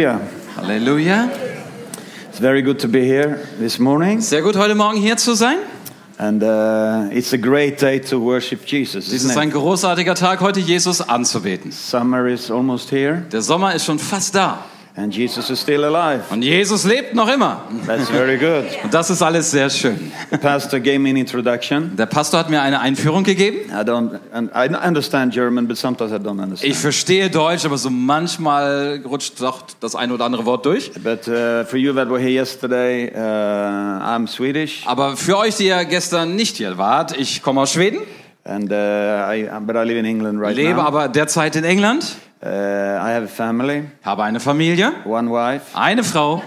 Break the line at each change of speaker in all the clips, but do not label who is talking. Yeah,
Halleluja.
it's very good to be here this morning,
Sehr gut, heute Morgen hier zu sein.
and uh, it's a great day to worship Jesus.
Dies ist
Isn't
ein
it?
großartiger Tag, heute Jesus anzubeten.
Summer is almost here,
Der Sommer ist schon fast da
and Jesus is still alive.
und Jesus lebt noch immer.
That's very good.
Und das ist alles sehr schön.
The pastor gave me an introduction.
Der Pastor hat mir eine Einführung gegeben.
I don't, and I understand German, but sometimes I don't understand.
Ich verstehe Deutsch, aber so manchmal rutscht doch das ein oder andere Wort durch.
But uh, for you that were here yesterday, uh, I'm Swedish,
Aber für euch, die ja gestern nicht hier wart, ich komme aus Schweden,
and uh, I, but I live in England right
lebe
now.
aber derzeit in England,
Uh, I have a family,
habe eine Familie,
one wife,
eine Frau.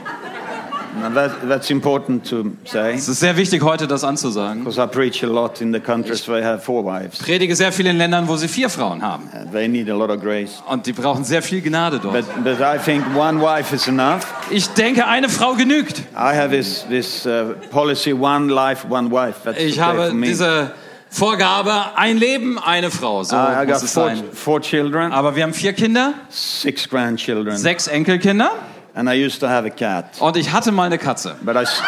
and that, that's important to say.
Es ist sehr wichtig, heute das anzusagen.
Because I preach a lot in the countries where I have four wives.
Predige sehr viel in Ländern, wo sie vier Frauen haben.
Uh, They need a lot of grace.
Und die brauchen sehr viel Gnade
But,
dort.
but I think one wife is enough.
Ich denke, eine Frau genügt.
I have this, this uh, policy one life, one wife. That's
Ich
okay
habe
for me.
diese Vorgabe, ein Leben, eine Frau. So
I, I got
muss es
four,
sein.
four children,
Aber wir haben vier Kinder,
six grandchildren,
sechs Enkelkinder
and I used to have a cat.
und ich hatte mal eine Katze.
But I, s-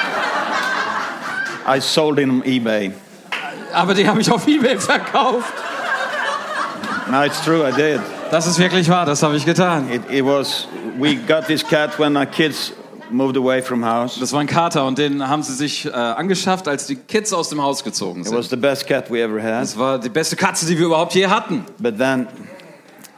I sold him on eBay.
Aber die habe ich auf Ebay verkauft.
No, it's true, I did.
Das ist wirklich wahr, das habe ich getan.
It, it was, we got this cat when our kids moved away from house.
Das war ein Kater und den haben sie sich äh, angeschafft, als die Kids aus dem Haus gezogen
It
sind.
was the best cat we ever had.
Das war die beste Katze, die wir überhaupt je hatten.
But then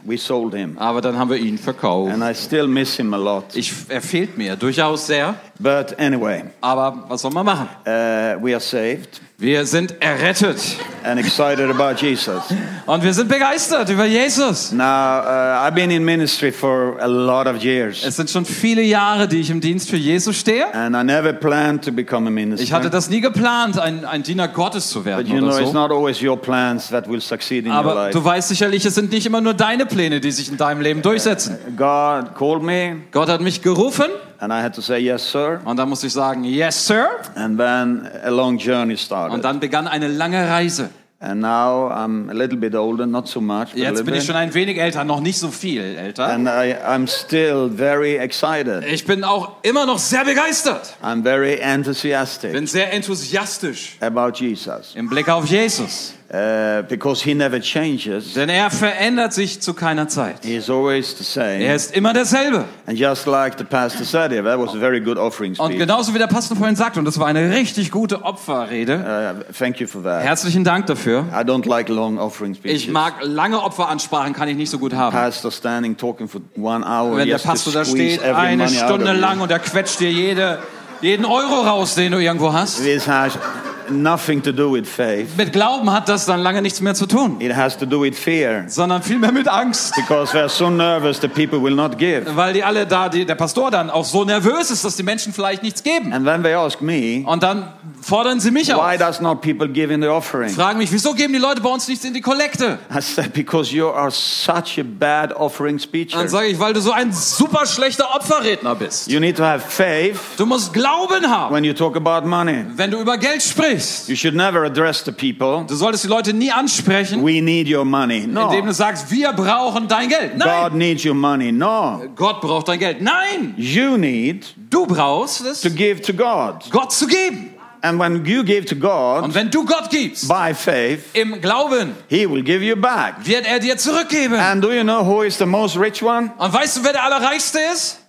we sold him.
Aber dann haben wir ihn verkauft.
And I still miss him a lot.
Ich, er fehlt mir durchaus sehr,
But anyway,
aber was soll man machen?
uh, we are saved
Wir sind errettet.
and excited about Jesus.
Und wir sind begeistert über Jesus.
Now, uh, I've been in ministry for a lot of years,
Es sind schon viele Jahre, die ich im Dienst für Jesus stehe.
and I never planned to become a
Ich
minister.
hatte das nie geplant, ein, ein Diener Gottes zu
But
werden
you know,
oder
it's
so.
not always your plans that will succeed in your
Aber
life.
du weißt sicherlich, es sind nicht immer nur deine Pläne, die sich in deinem Leben durchsetzen.
God called me,
Gott hat mich gerufen
and I had to say yes, sir.
und dann musste ich sagen, yes, sir.
And then a long journey
Und
started.
dann begann eine lange Reise.
And now I'm a little bit older, not so much, but a
Jetzt
little
bin ich schon
bit.
ein wenig älter, noch nicht so viel älter.
And I, I'm still very excited.
Ich bin auch immer noch sehr begeistert.
I'm very enthusiastic
Bin sehr enthusiastisch
about Jesus
im Blick auf Jesus.
uh, because he never changes.
Denn er verändert sich zu keiner Zeit.
He is always the same.
Er ist immer derselbe.
And just like the pastor said here, that was a very good offering
Und
speech.
genauso wie der Pastor vorhin sagte, und das war eine richtig gute Opferrede,
Uh, thank you for that.
herzlichen Dank dafür.
I don't like long offering speeches.
Ich mag lange Opferansprachen, kann ich nicht so gut haben.
pastor standing talking for one hour
Wenn der
just
Pastor
to
da
squeeze
steht,
every
eine
money
Stunde
out of
lang
you.
und er quetscht dir jede, jeden Euro raus, den du irgendwo hast.
This has nothing to do with faith.
Mit Glauben hat das dann lange nichts mehr zu tun,
It has to do with fear
sondern vielmehr mit Angst.
because they are so nervous the people will not give.
Weil die alle da, die, der Pastor dann auch so nervös ist, dass die Menschen vielleicht nichts geben.
And then they ask me,
Und dann fordern sie mich auf.
why does not people give in the offering?
Fragen mich, wieso geben die Leute bei uns nichts in die Kollekte?
I said, because you are such a bad offering
Dann
speaker.
sage ich, weil du so ein super schlechter Opferredner bist.
You need to have faith
Du musst Glauben haben,
when you talk about money.
wenn du über Geld sprichst.
You should never address the people.
Du solltest die Leute nie ansprechen,
We need your money.
indem du
No.
sagst, wir brauchen dein Geld. Nein,
God needs your money. No.
Gott braucht dein Geld. Nein,
You need
du brauchst es,
to give to God.
Gott zu geben.
And when you give to God
Und wenn du Gott gibst,
by faith,
im Glauben,
He will give you back.
wird er dir zurückgeben.
And do you know who is the most rich one?
Und weißt du, wer der Allerreichste ist?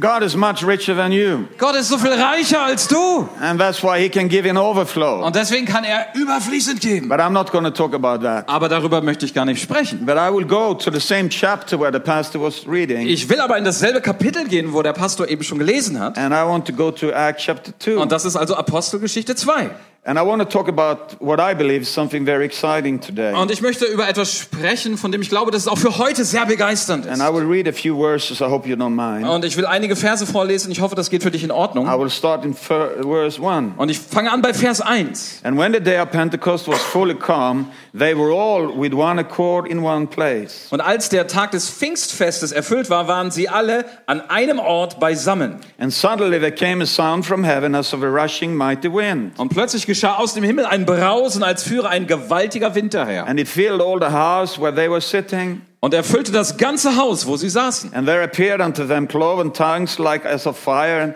God is much richer than you.
Gott ist so viel reicher als du.
And that's why He can give in overflow.
Und deswegen kann er überfließend geben.
But I'm not going to talk about that.
Aber darüber möchte ich gar nicht sprechen.
But I will go to the same chapter where the pastor was reading.
Ich will aber in dasselbe Kapitel gehen, wo der Pastor eben schon gelesen hat.
And I want to go to Acts chapter 2.
Und das ist also Apostelgeschichte 2.
And I want to talk about what I believe is something very exciting today.
Und ich möchte über etwas sprechen, von dem ich glaube, dass es auch für heute sehr begeisternd ist.
And I will read a few verses. I hope you don't mind.
Und ich will einige Verse vorlesen. Ich hoffe, das geht für dich in
I
Ordnung.
will start in fir- verse 1.
Und ich fange an bei Vers 1.
And when the day of Pentecost was fully come, they were all with one accord in one place.
Und als der Tag des Pfingstfestes erfüllt war, waren sie alle an einem Ort beisammen.
And suddenly there came a sound from heaven as of a rushing mighty wind,
Und plötzlich geschah aus dem Himmel ein Brausen, als führe ein gewaltiger Wind daher.
And it filled all the house where they were sitting.
Und erfüllte das ganze Haus, wo sie saßen.
And there appeared unto them cloven tongues like as of fire, and,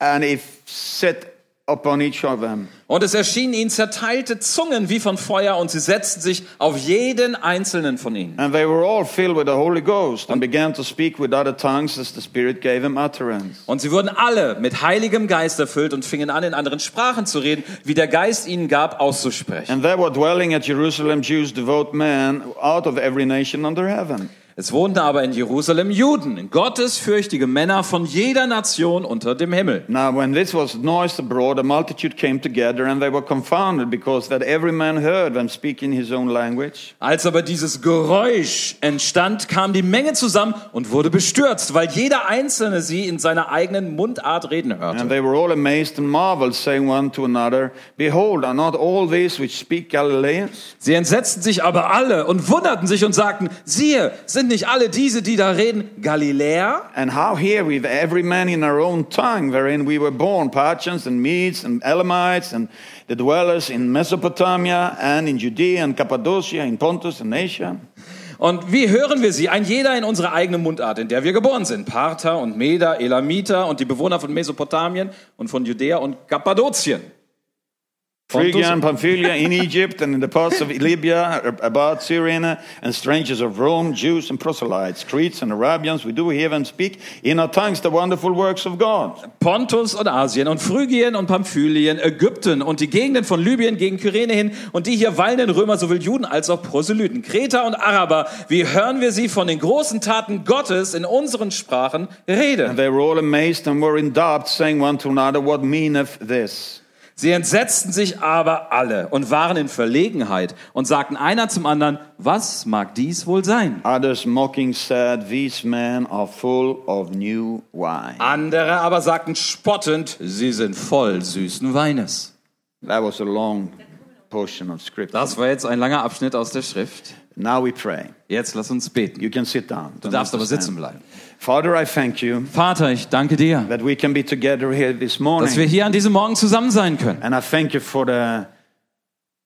and it set upon each of them.
Und es erschienen ihnen zerteilte Zungen wie von Feuer, und sie setzten sich auf jeden einzelnen von ihnen.
And they were all filled with the Holy Ghost and began to speak with other tongues as the Spirit gave them utterance.
Und sie wurden alle mit heiligem Geist erfüllt und fingen an, in anderen Sprachen zu reden, wie der Geist ihnen gab, auszusprechen.
And there were dwelling at Jerusalem Jews, devout men, out of every nation under heaven.
Es wohnten aber in Jerusalem Juden, gottesfürchtige Männer von jeder Nation unter dem Himmel.
Now, when this was noised abroad, a multitude came together, and they were confounded, because that every man heard them speaking his own language.
Als aber dieses Geräusch entstand, kam die Menge zusammen und wurde bestürzt, weil jeder Einzelne sie in seiner eigenen Mundart reden hörte.
And they were all amazed and marveled, saying one to another, Behold, are not all these which speak Galileans?
Sie entsetzten sich aber alle und wunderten sich und sagten, siehe, sind nicht alle diese, die da reden, Galiläer?
And how here we have every man in our own tongue, wherein we were born, Parthians and Medes and Elamites, and the dwellers in Mesopotamia, and in Judea and Cappadocia, in Pontus and Asia.
Und wie hören wir sie? Ein jeder in unserer eigenen Mundart, in der wir geboren sind. Parther und Meder, Elamiter und die Bewohner von Mesopotamien und von Judäa und Kappadokien.
Phrygia and
Pontus-
Pamphylia in Egypt and in the parts of Libya uh, about Cyrene and strangers of Rome, Jews and proselytes, Cretes and Arabians, we do hear them speak in our tongues the wonderful works of God.
Pontus und Asien und Phrygien und Pamphylien, Ägypten und die Gegenden von Libyen gegen Kyrene hin und die hier weilenden Römer, sowohl Juden als auch Proselyten, Kreter und Araber, wie hören wir sie von den großen Taten Gottes in unseren Sprachen reden?
And they were all amazed and were in doubt, saying one to another, What meaneth this?
Sie entsetzten sich aber alle und waren in Verlegenheit und sagten einer zum anderen, was mag dies wohl sein?
Others mocking said, These men are full of new wine.
Andere aber sagten spottend, sie sind voll süßen Weines.
That was a long portion of scripture.
Das war jetzt ein langer Abschnitt aus der Schrift.
Now we pray.
Jetzt lass uns beten.
You can sit down.
Du darfst aber sitzen bleiben.
Father, I thank you
Vater, ich danke dir,
that we can be together here this morning.
dass wir hier an diesem Morgen zusammen sein können.
And I thank you for the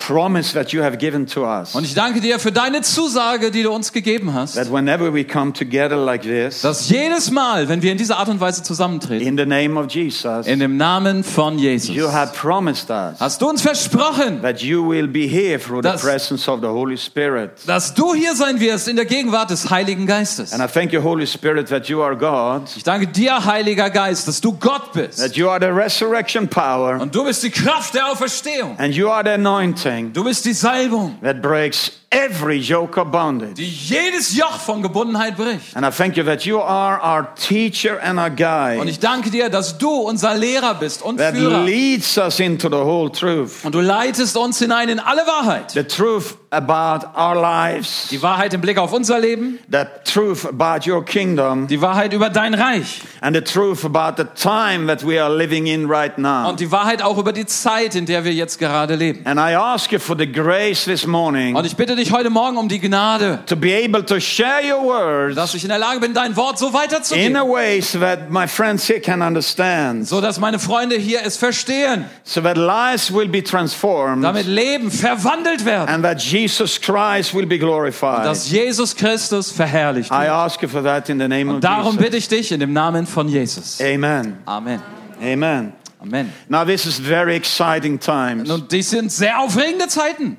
promise that you have given to us.
Und ich danke dir für deine Zusage, die du uns gegeben hast,
That whenever we come together like this,
dass jedes Mal, wenn wir in dieser Art und Weise zusammentreten,
in the name of Jesus,
in dem Namen von Jesus,
you have promised us
hast du uns versprochen,
that you will be here through the
Das-
presence of the Holy Spirit.
dass du hier sein wirst in der Gegenwart des Heiligen Geistes.
And I thank you, Holy Spirit, that you are God,
Ich danke dir, Heiliger Geist, dass du Gott bist.
that you are the resurrection power,
Und du bist die Kraft der Auferstehung.
and you are the anointing
Du bist die Salbung,
that breaks every yoke of bondage.
die jedes Joch von Gebundenheit bricht.
And I thank you that you are our teacher and our
Und
guide
ich danke dir, dass du unser Lehrer bist und
that
Führer.
leads us into the whole truth.
Und du leitest uns hinein in alle Wahrheit.
The truth about our lives,
Die Wahrheit im Blick auf unser Leben,
the truth about your kingdom,
die Wahrheit über dein Reich
and the truth about the time that we are living in right now.
und die Wahrheit auch über die Zeit, in der wir jetzt gerade leben.
And I ask you for the grace this morning
Und ich bitte dich heute Morgen um die Gnade,
to be able to share your
dass
words
ich in der Lage bin, dein Wort so
in a
weiterzugeben,
way so that my friends here can understand,
so dass meine Freunde hier es verstehen,
so that lives will be transformed,
damit Leben verwandelt werden,
and that Jesus Christ will be glorified.
dass Jesus Christus verherrlicht
I
wird.
ask you for that in the name of
Darum
Jesus.
bitte ich dich in dem Namen von Jesus.
Amen.
Amen.
Amen.
Amen.
Now, this is very exciting times.
Und dies sind sehr aufregende Zeiten.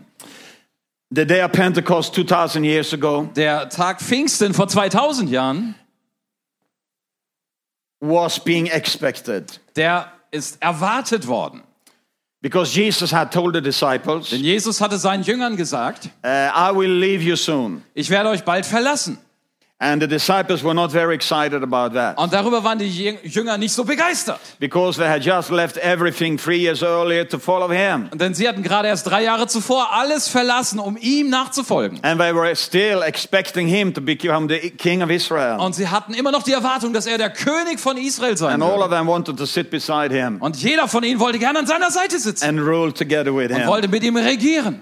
The day of Pentecost 2,000 years ago
Der Tag Pfingsten vor 2000 Jahren,
was being expected
der ist erwartet worden.
because Jesus had told the disciples,
Denn Jesus hatte seinen Jüngern gesagt,
uh, I will leave you soon.
ich werde euch bald verlassen.
And the disciples were not very excited about that
Und darüber waren die Jüng- Jünger nicht so begeistert.
because they had just left everything three years earlier to follow him.
Denn sie hatten gerade erst drei Jahre zuvor alles verlassen, um ihm nachzufolgen.
And they were still expecting him to become the king of Israel.
Und sie hatten immer noch die Erwartung, dass er der König von Israel sein
And all
würde.
of them wanted to sit beside him
Und jeder von ihnen wollte gerne an seiner Seite sitzen
and rule together with
und
him.
wollte mit ihm regieren.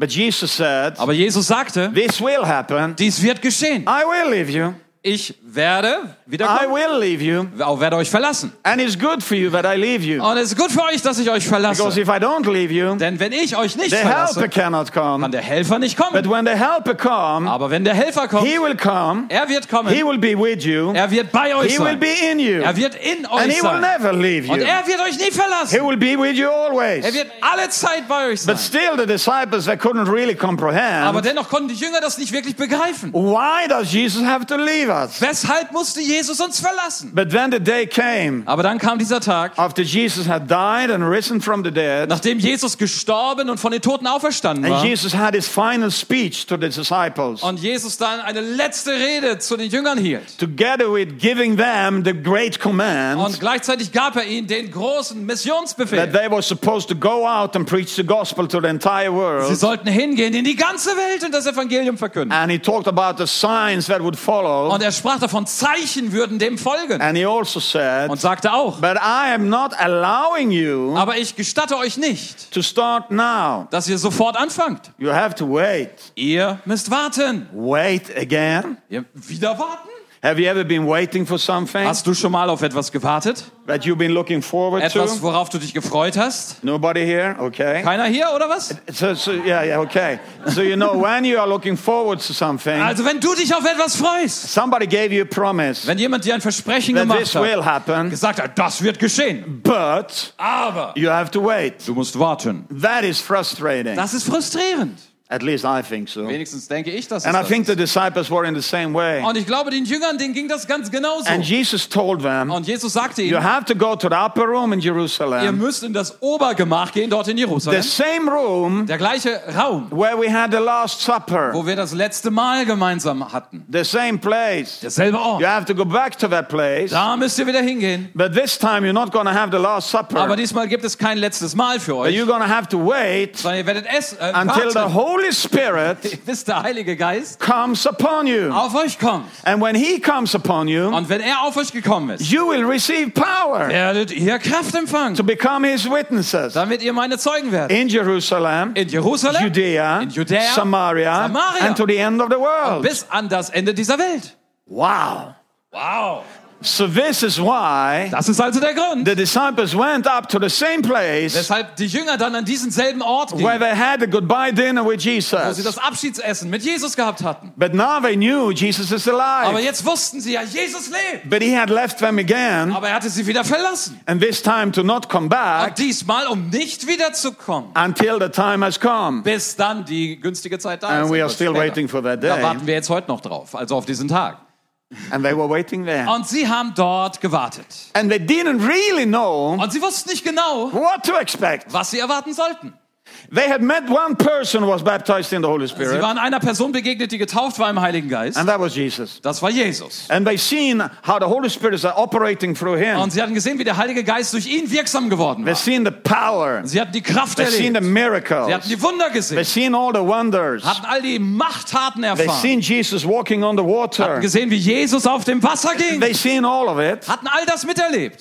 But Jesus said,
Aber Jesus sagte,
This will happen.
dies wird geschehen.
I will leave you.
Ich werde
I
wiederkommen.
will leave you,
Auch werde euch verlassen.
and it's good for you that I leave you.
Und es ist gut für euch, dass ich euch
Because
verlasse.
if I don't leave you,
Denn wenn ich euch nicht
the helper
verlasse,
cannot
kann
come.
der Helfer nicht
But
kommen.
when the helper comes,
Aber wenn der Helfer kommt,
he will come,
er wird
he
kommen.
will be with you,
Er wird bei euch
he will
sein.
be in you,
Er wird in
and
euch
he will
sein.
never leave
Und
you.
er wird euch nie
He
verlassen.
will be with you
Er
always.
wird alle Zeit bei euch
But
sein.
still, the disciples, they couldn't really
Aber
comprehend
dennoch konnten die Jünger das nicht wirklich begreifen.
why does Jesus have to leave us?
Weshalb musste Jesus uns verlassen?
But then the day came
Aber dann kam dieser Tag,
after Jesus had died and risen from the dead,
nachdem Jesus gestorben und von den Toten auferstanden
and
war.
Jesus had his final speech to the disciples,
Und Jesus dann eine letzte Rede zu den Jüngern hielt.
together with giving them the great
Und
command
gleichzeitig gab er ihnen den großen
that
Missionsbefehl.
they were supposed to go out and preach the gospel to the entire
Sie
world.
sollten hingehen in die ganze Welt und das Evangelium verkünden.
And he talked about the signs that would follow,
Und er sprach davon, Zeichen würden dem folgen.
and he also said,
Und sagte auch,
But I am not allowing you
aber ich gestatte euch nicht,
to start now.
dass ihr sofort anfangt.
You have to wait.
Ihr müsst warten.
Wait again?
Ihr wieder warten?
Have you ever been waiting for something
Hast du schon mal auf etwas gewartet?
that you've been looking forward
Etwas,
to?
worauf du dich gefreut hast?
Nobody here? Okay.
Keiner hier oder was?
So, so yeah, yeah, okay. So you know when you are looking forward to something,
Also wenn du dich auf etwas freust,
somebody gave you a promise
wenn jemand dir ein Versprechen
that
gemacht
this
hat,
will happen,
gesagt hat, das wird geschehen,
but
aber
you have to wait.
du musst warten.
That is frustrating.
Das ist frustrierend.
At least I think so.
Wenigstens denke ich das.
And I
ist
think
das.
the disciples were in the same way.
Und ich glaube, den Jüngern, denen ging das ganz genauso.
And Jesus told them,
Und Jesus sagte
you
ihnen,
have to go to the upper room in
ihr
Jerusalem,
müsst in das Obergemach gehen, dort in
the
Jerusalem.
same room
Der gleiche Raum,
where we had the Last Supper.
wo wir das letzte Mal gemeinsam hatten.
the same place.
Derselbe
You
Ort.
have to go back to that place.
Da müsst ihr wieder hingehen.
But this time you're not going to have the Last
Aber
Supper.
diesmal gibt es kein letztes Mal für
But
euch,
you're going to have to wait
sondern ihr werdet es äh,
until the
warten,
Holy Spirit
bis der Heilige Geist
comes upon you.
auf euch kommt.
And when He comes upon you,
Und wenn er auf euch gekommen ist,
you will receive power
werdet ihr Kraft
to
empfangen,
become His witnesses
damit ihr meine Zeugen werdet.
in Jerusalem,
In Jerusalem,
Judea,
in Judäa,
Samaria,
Samaria.
and to the end of the world.
bis an das Ende dieser Welt.
Wow.
Wow.
So this is why
Das ist also der Grund,
the disciples went up to the same place
weshalb die Jünger dann an diesen selben Ort
where
gingen,
they had the goodbye dinner with
wo sie
Jesus.
das Abschiedsessen mit Jesus gehabt hatten.
But now they knew Jesus is alive.
Aber jetzt wussten sie ja, Jesus lebt.
But he had left them again,
Aber er hatte sie wieder verlassen.
and this time to not come back
Und diesmal, um nicht wiederzukommen,
until the time has come.
bis dann die günstige Zeit da ist.
And we are
etwas
still
später.
waiting for that
Da
day.
warten wir jetzt heute noch drauf, also auf diesen Tag.
And they were waiting there.
Und sie haben dort gewartet.
And they didn't really know
Und sie wussten nicht genau,
what to expect.
was sie erwarten sollten.
They had met one person who was baptized in the Holy
Sie
Spirit,
waren einer Person begegnet, die getauft war im Heiligen Geist.
and that was Jesus.
Das war Jesus.
And they seen how the Holy Spirit is uh, operating through him.
Und sie hatten gesehen, wie der Heilige Geist durch ihn wirksam geworden
They
war.
seen the power.
Sie hatten die Kraft
They seen the
erlebt. Sie
miracles.
hatten die Wunder
They
gesehen.
seen all the wonders.
Hatten all die Machttaten
They
erfahren.
seen Jesus walking on the water.
Hatten gesehen, wie Jesus auf dem Wasser ging.
They seen all of it.
Hatten all das miterlebt.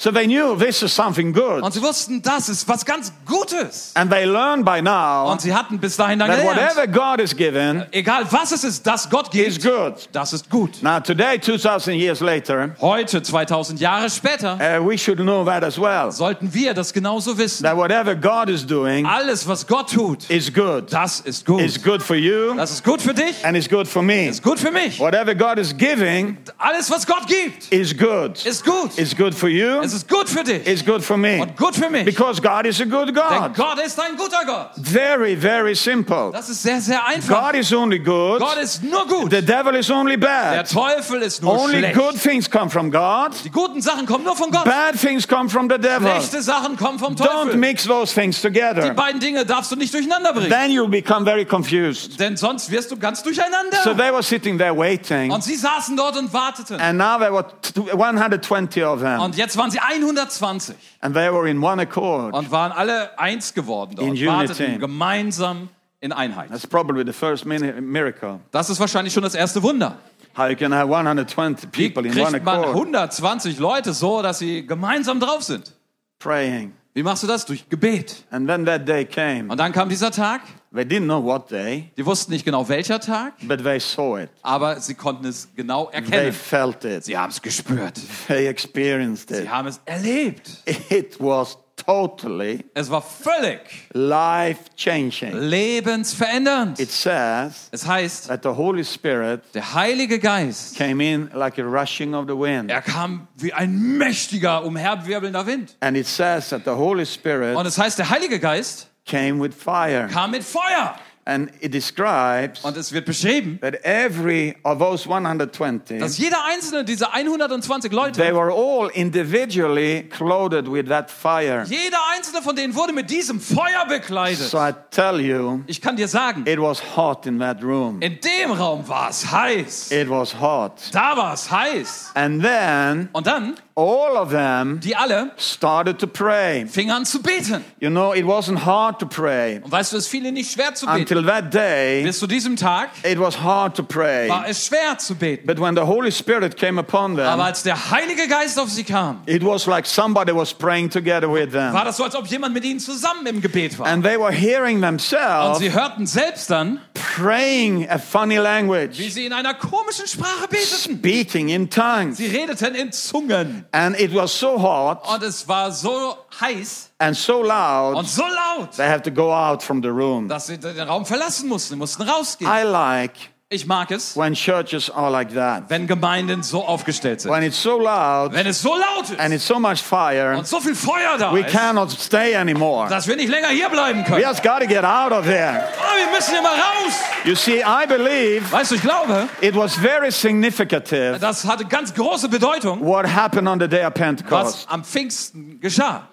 So they knew this is something good.
Und sie wussten, das ist was ganz Gutes.
And they learn by now
Und sie hatten bis dahin dann
that
gelernt,
whatever God is given
egal was es ist, dass Gott
is
gibt,
good.
das ist gut.
Now, today, 2,000 years later,
Heute, 2000 Jahre später,
uh, we should know that as well.
sollten wir das genauso wissen.
That whatever God is doing
Alles, was Gott tut,
is good.
das ist
It's
gut.
good for you
Das ist gut für dich,
and it's good for me.
ist gut für mich.
Whatever God is giving
Alles, was Gott gibt,
is good.
ist gut.
It's good for you,
Es ist gut für dich
it's good for me.
und gut für mich.
Because God is a good
Denn
God.
Gott ist ein guter Gott.
Very, very simple.
Das ist sehr, sehr einfach.
God is only good,
Gott ist nur gut.
the devil is only
Der
bad.
Teufel ist nur
Only
schlecht.
good things come from God,
Die guten Sachen kommen nur von Gott.
bad things come from the devil.
Schlechte Sachen kommen vom
Don't
Teufel.
mix those things
Die
together.
beiden Dinge darfst du nicht durcheinander bringen.
Then you'll become very confused.
Denn sonst wirst du ganz
So
durcheinander.
they were sitting there waiting,
Und sie saßen dort und warteten.
and now there were t- 120 of them,
Und jetzt waren sie 120
and they were in one accord.
und waren alle eins geworden dort.
In unity.
Warteten gemeinsam in Einheit.
That's probably the first mini- miracle.
Das ist wahrscheinlich schon das erste Wunder.
How you can have 120
Wie
people in one
kriegt man
accord
120 Leute so, dass sie gemeinsam drauf sind?
praying.
Wie Wie machst du das? Durch Gebet.
And then that day came.
Und dann kam dieser Tag.
They didn't know what day,
Die wussten nicht genau welcher Tag,
but they saw it.
aber sie konnten es genau
They
erkennen.
felt it.
Sie haben es gespürt.
They experienced it.
Sie haben es erlebt.
It was totally
Es war völlig
life changing.
lebensverändernd.
It says
Es heißt,
that the Holy Spirit
der Heilige Geist,
came in like a rushing of the wind.
er kam wie ein mächtiger, umherwirbelnder Wind.
And it says that the Holy Spirit
Und es heißt, der Heilige Geist
came with fire.
kam mit Feuer.
And it describes
Und es wird beschrieben,
that every of those 120,
dass jeder einzelne dieser 120
they
Leute,
were all individually clothed with that fire.
jeder einzelne von denen wurde mit diesem Feuer bekleidet.
So I tell you,
Ich kann dir sagen,
it was hot in that room.
in dem Raum war es heiß.
It was hot.
Da war es heiß.
And then
Und dann,
all of them
die alle
started to pray.
fingen an zu beten.
You know, it wasn't hard to pray.
Und weißt du, es fiel ihnen nicht schwer zu beten.
Until that day,
Bis zu diesem Tag
it was hard to
war
pray.
es schwer zu beten.
But when the Holy Spirit came upon
Aber
them,
als der Heilige Geist auf sie kam,
it was like somebody was praying together with
war
them.
das so, als ob jemand mit ihnen zusammen im Gebet war.
And they were hearing
Und
themselves
sie hörten selbst dann,
praying a funny
wie
language,
sie in einer komischen Sprache beteten.
speaking in tongues.
Sie redeten in Zungen.
And it was so hot
Und es war so heiß
and so loud,
und so laut,
they had to go out from the room.
dass sie den Raum verlassen mussten. Sie mussten rausgehen.
I like
Ich mag es,
when churches are like that.
wenn Gemeinden so aufgestellt sind.
When it's so loud
Wenn es so laut
and
ist
it's so much fire,
und so viel Feuer da
we
ist,
cannot stay anymore.
dass wir nicht länger hier bleiben können.
We just got to get out of there.
Ah, wir müssen hier mal raus.
You see, I believe
Weißt du, ich glaube,
it was very significant
das hatte ganz große Bedeutung,
what happened on the day of Pentecost.
was am Pfingsten geschah.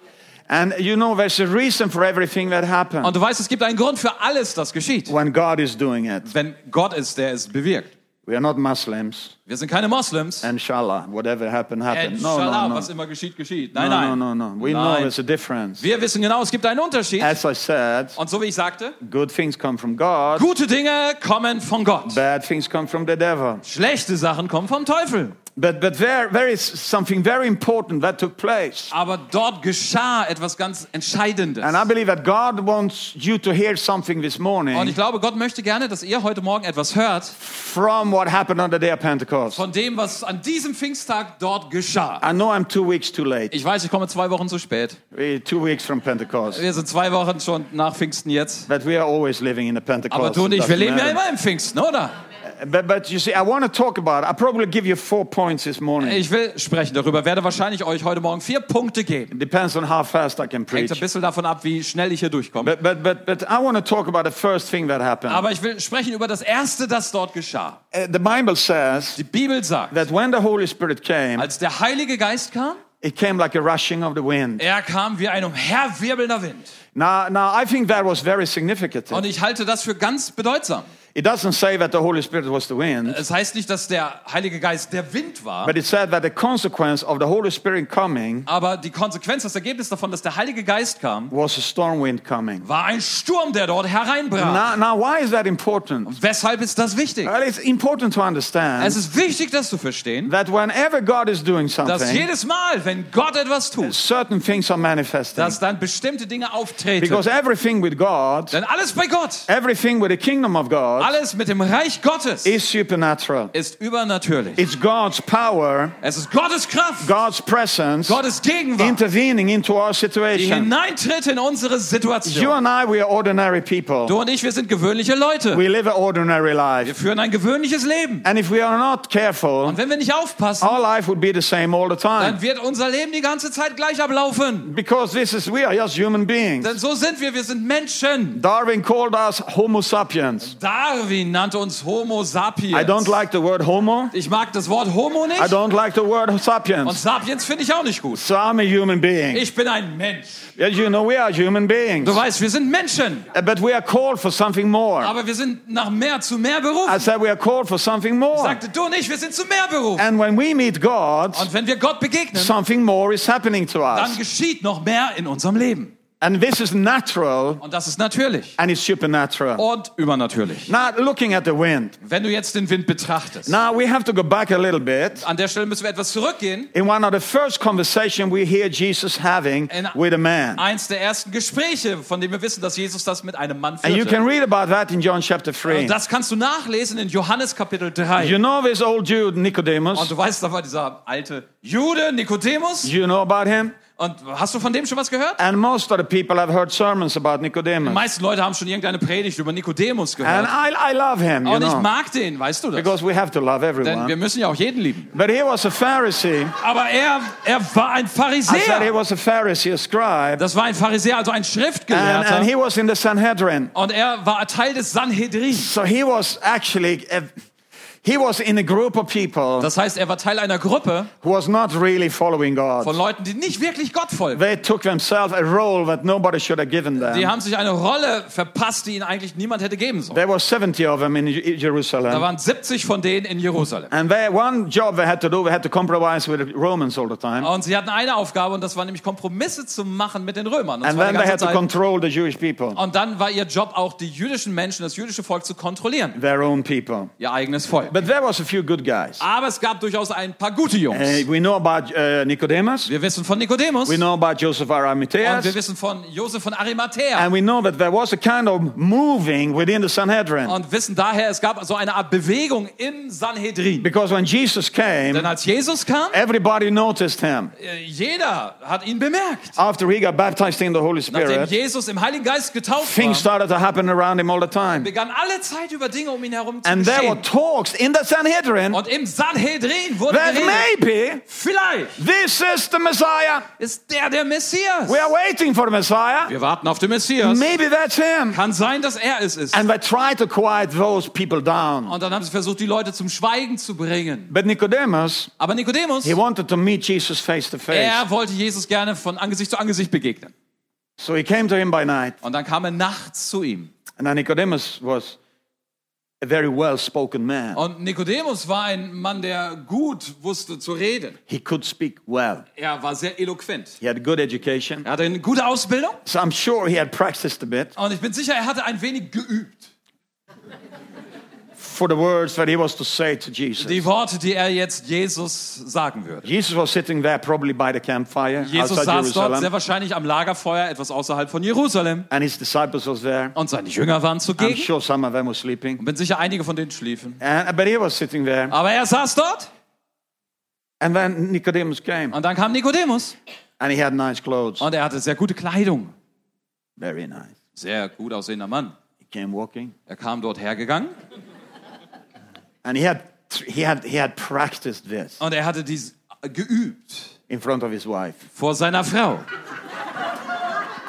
And you know, there's a reason for everything that happened
Und du weißt, es gibt einen Grund für alles, das geschieht.
when God is doing it.
Wenn Gott ist, der es bewirkt.
We are not Muslims.
Wir sind keine Moslems. Äh,
Inshallah, whatever happened, happened. Äh, No,
Inshallah,
no, no.
was immer geschieht, geschieht.
No,
Nein,
no,
nein.
no, Äh, no. We know
nein.
there's a difference.
Wir wissen genau, es gibt einen Unterschied.
As I said,
Und so wie ich sagte,
good things come from God,
gute Dinge kommen von Gott.
bad things come from the devil.
Schlechte Sachen kommen vom Teufel.
But, but there, there is something very important that took place.
Aber dort geschah etwas ganz Entscheidendes.
And I believe that God wants you to hear something this
Und
morning
ich glaube, Gott möchte gerne, dass ihr heute Morgen etwas hört
from what happened on the day of Pentecost.
von dem, was an diesem Pfingsttag dort geschah.
I know I'm two weeks too late.
Ich weiß, ich komme zwei Wochen zu spät.
We're two weeks from Pentecost.
Wir sind zwei Wochen schon nach Pfingsten jetzt.
But we are always living in the
Aber
Pentecost.
du und
It
ich, wir
doesn't
leben ja
matter.
immer im Pfingsten, oder?
But, but you see, I want to talk about it. I'll probably give you four points this morning.
Ich will sprechen darüber, werde wahrscheinlich euch heute Morgen vier Punkte geben.
Depends on how fast I can
Hängt
preach.
ein bisschen davon ab, wie schnell ich hier durchkomme.
But, but, but, but I want to talk about the first thing that happened.
Aber ich will sprechen über das Erste, das dort geschah.
Uh, the Bible says
Die Bibel sagt,
that when the Holy Spirit came,
als der Heilige Geist kam,
it came like a rushing of the wind.
er kam wie ein umherwirbelnder Wind.
Now, now I think that was very significant.
Und ich halte das für ganz bedeutsam.
It doesn't say that the Holy Spirit was the wind,
Es heißt nicht, dass der Heilige Geist der Wind war,
but it said that the consequence of the Holy Spirit coming
aber die Konsequenz, das Ergebnis davon, dass der Heilige Geist kam,
was a storm wind coming.
war ein Sturm, der dort
Now,
hereinbrach.
now why is that important?
Weshalb ist das wichtig?
Well, it's important to
Es
understand
ist wichtig, das zu verstehen,
that whenever God is doing
dass
something,
jedes Mal, wenn Gott etwas tut,
certain things are manifesting.
dass dann bestimmte Dinge auftreten.
Because everything with God,
Denn alles bei Gott,
everything with the kingdom of God,
alles mit dem Reich Gottes
is supernatural.
ist übernatürlich.
It's God's power,
Es ist Gottes Kraft,
God's presence
Gottes Gegenwart,
intervening into our
die
situation.
hineintritt in unsere
You
Situation.
and I, we are ordinary people.
Du und ich, wir sind gewöhnliche Leute.
We live an ordinary
Wir
life.
führen ein gewöhnliches Leben.
And if we are not
Und
careful,
wenn wir nicht aufpassen,
our life would be the same all the
dann
time.
wird unser Leben die ganze Zeit gleich ablaufen.
Because this is, we are just human beings.
Denn so sind wir, wir sind Menschen.
Darwin called us Homo sapiens.
Darwin nannte uns Homo sapiens.
I don't like the word homo.
ich mag das Wort Homo
I
nicht
don't like the word
und
sapiens.
sapiens finde ich auch nicht gut.
So I'm a human being.
Ich bin ein Mensch.
Yeah, you know, we are human beings. Uh,
Du weißt, wir sind Menschen,
But we are called for something more.
aber wir sind nach mehr zu mehr berufen.
I said we are called for something more.
Sagte du und ich, wir sind zu mehr berufen.
And when we meet God,
Und wenn wir Gott begegnen,
something more is happening to
dann
us.
geschieht noch mehr in unserem Leben.
And this is natural
Und das ist natürlich
and it's supernatural.
und übernatürlich.
Now, looking at the wind.
Wenn du jetzt den Wind betrachtest,
Now, we have to go back a little bit.
an der Stelle müssen wir etwas zurückgehen.
In one of the first conversation we hear Jesus having
In-
with a man.
Eins der ersten Gespräche, von dem wir wissen, dass Jesus das mit einem Mann
And you
führte.
can read about that in John chapter
Und
3.
das kannst du nachlesen in Johannes Kapitel 3.
You know this old Jude
Und
Nicodemus?
du weißt, da war dieser alte Jude, Nikodemus.
You know about him?
Und hast du von dem schon was gehört?
And most of the people have heard sermons about
Die
Nicodemus.
meisten Leute haben schon irgendeine Predigt über Nikodemus
And
gehört.
I, I love him, you
Und ich
know,
mag den, weißt du das?
genau. because we have to love
Denn wir
everyone.
müssen ja auch jeden lieben.
But he was a Pharisee.
Aber er, er war ein
I said he
Pharisäer.
was a Pharisee, a scribe.
Das war ein Pharisäer, also ein
And,
Schriftgelehrter.
and he was in the Sanhedrin.
Und er war Teil des Sanhedrin.
So he was actually, a, he was in a group of people
Das heißt, er war Teil einer Gruppe
who was not really following God.
von Leuten, die nicht wirklich Gott folgen.
They took themselves a role that nobody should have given
Die
them.
haben sich eine Rolle verpasst, die ihnen eigentlich niemand hätte geben sollen.
There were 70 of them in Ju-
Da
Jerusalem.
waren 70 von denen in Jerusalem.
And they, one job they had to do, they had to compromise with the Romans all the time.
Und sie hatten eine Aufgabe und das war nämlich Kompromisse zu machen mit den Römern. Und,
And
zwar die
then they
ganze
had to
Zeit.
control the Jewish people,
und dann war ihr Job auch, die jüdischen Menschen, das jüdische Volk zu kontrollieren.
their own people.
Ihr eigenes Volk.
But there was a few good guys.
Aber es gab durchaus ein paar gute
Uh,
Jungs.
we know about uh, Nicodemus.
Wir wissen von Nikodemus
We
und
know about Joseph
wir
Arimatheus.
wissen von Josef von Arimathea.
And we know that there was a kind of moving within the Sanhedrin.
Und wissen daher, es gab so eine Art Bewegung im Sanhedrin.
Because when Jesus came,
Denn als Jesus kam,
everybody noticed him.
äh, jeder hat ihn bemerkt.
After he got baptized in the Holy
Nachdem
Spirit,
Jesus im Heiligen Geist getauft
things
war,
started to happen around him all the time.
begann alle Zeit über Dinge um ihn herum zu
And there were
geschehen.
talks in the Sanhedrin
Und im Sanhedrin wurde geredet.
that maybe
Vielleicht
this is the Messiah.
ist der der Messias.
We are waiting for the Messiah.
Wir warten auf den Messias.
Maybe that's him.
Kann sein, dass er es ist.
And they tried to quiet those people down.
Und dann haben sie versucht, die Leute zum Schweigen zu bringen.
But Nicodemus,
Aber Nikodemus,
he wanted to meet Jesus face to face.
er wollte Jesus gerne von Angesicht zu Angesicht begegnen.
So he came to him by night.
Und dann kam er nachts zu ihm.
And now Nicodemus was a very well spoken man.
Und Nikodemus war ein Mann, der gut wusste zu reden.
He could speak well,
Er war sehr eloquent.
he had good education.
Er hatte eine gute Ausbildung.
So I'm sure he had practiced a bit
Und ich bin sicher, er hatte ein wenig geübt.
for the words that he was to say to Jesus.
Die Worte, die er jetzt Jesus sagen würde.
Jesus was sitting there probably by the campfire
Jesus
outside
saß dort sehr
Jerusalem.
wahrscheinlich am Lagerfeuer, etwas außerhalb von Jerusalem.
And his disciples was there.
Und seine Jünger waren
I'm
zugegen.
sure some of them were sleeping.
Bin sicher, einige von denen schliefen.
And, but he was sitting there.
Aber er saß dort.
And then Nicodemus came.
Und dann kam Nikodemus.
And he had nice clothes.
Und er hatte sehr gute Kleidung.
Very nice.
Sehr gut aussehender Mann.
He came walking.
Er kam dort hergegangen.
And he had, he had, he had practiced this
Und er hatte dies geübt.
in front of his wife
Vor seiner Frau.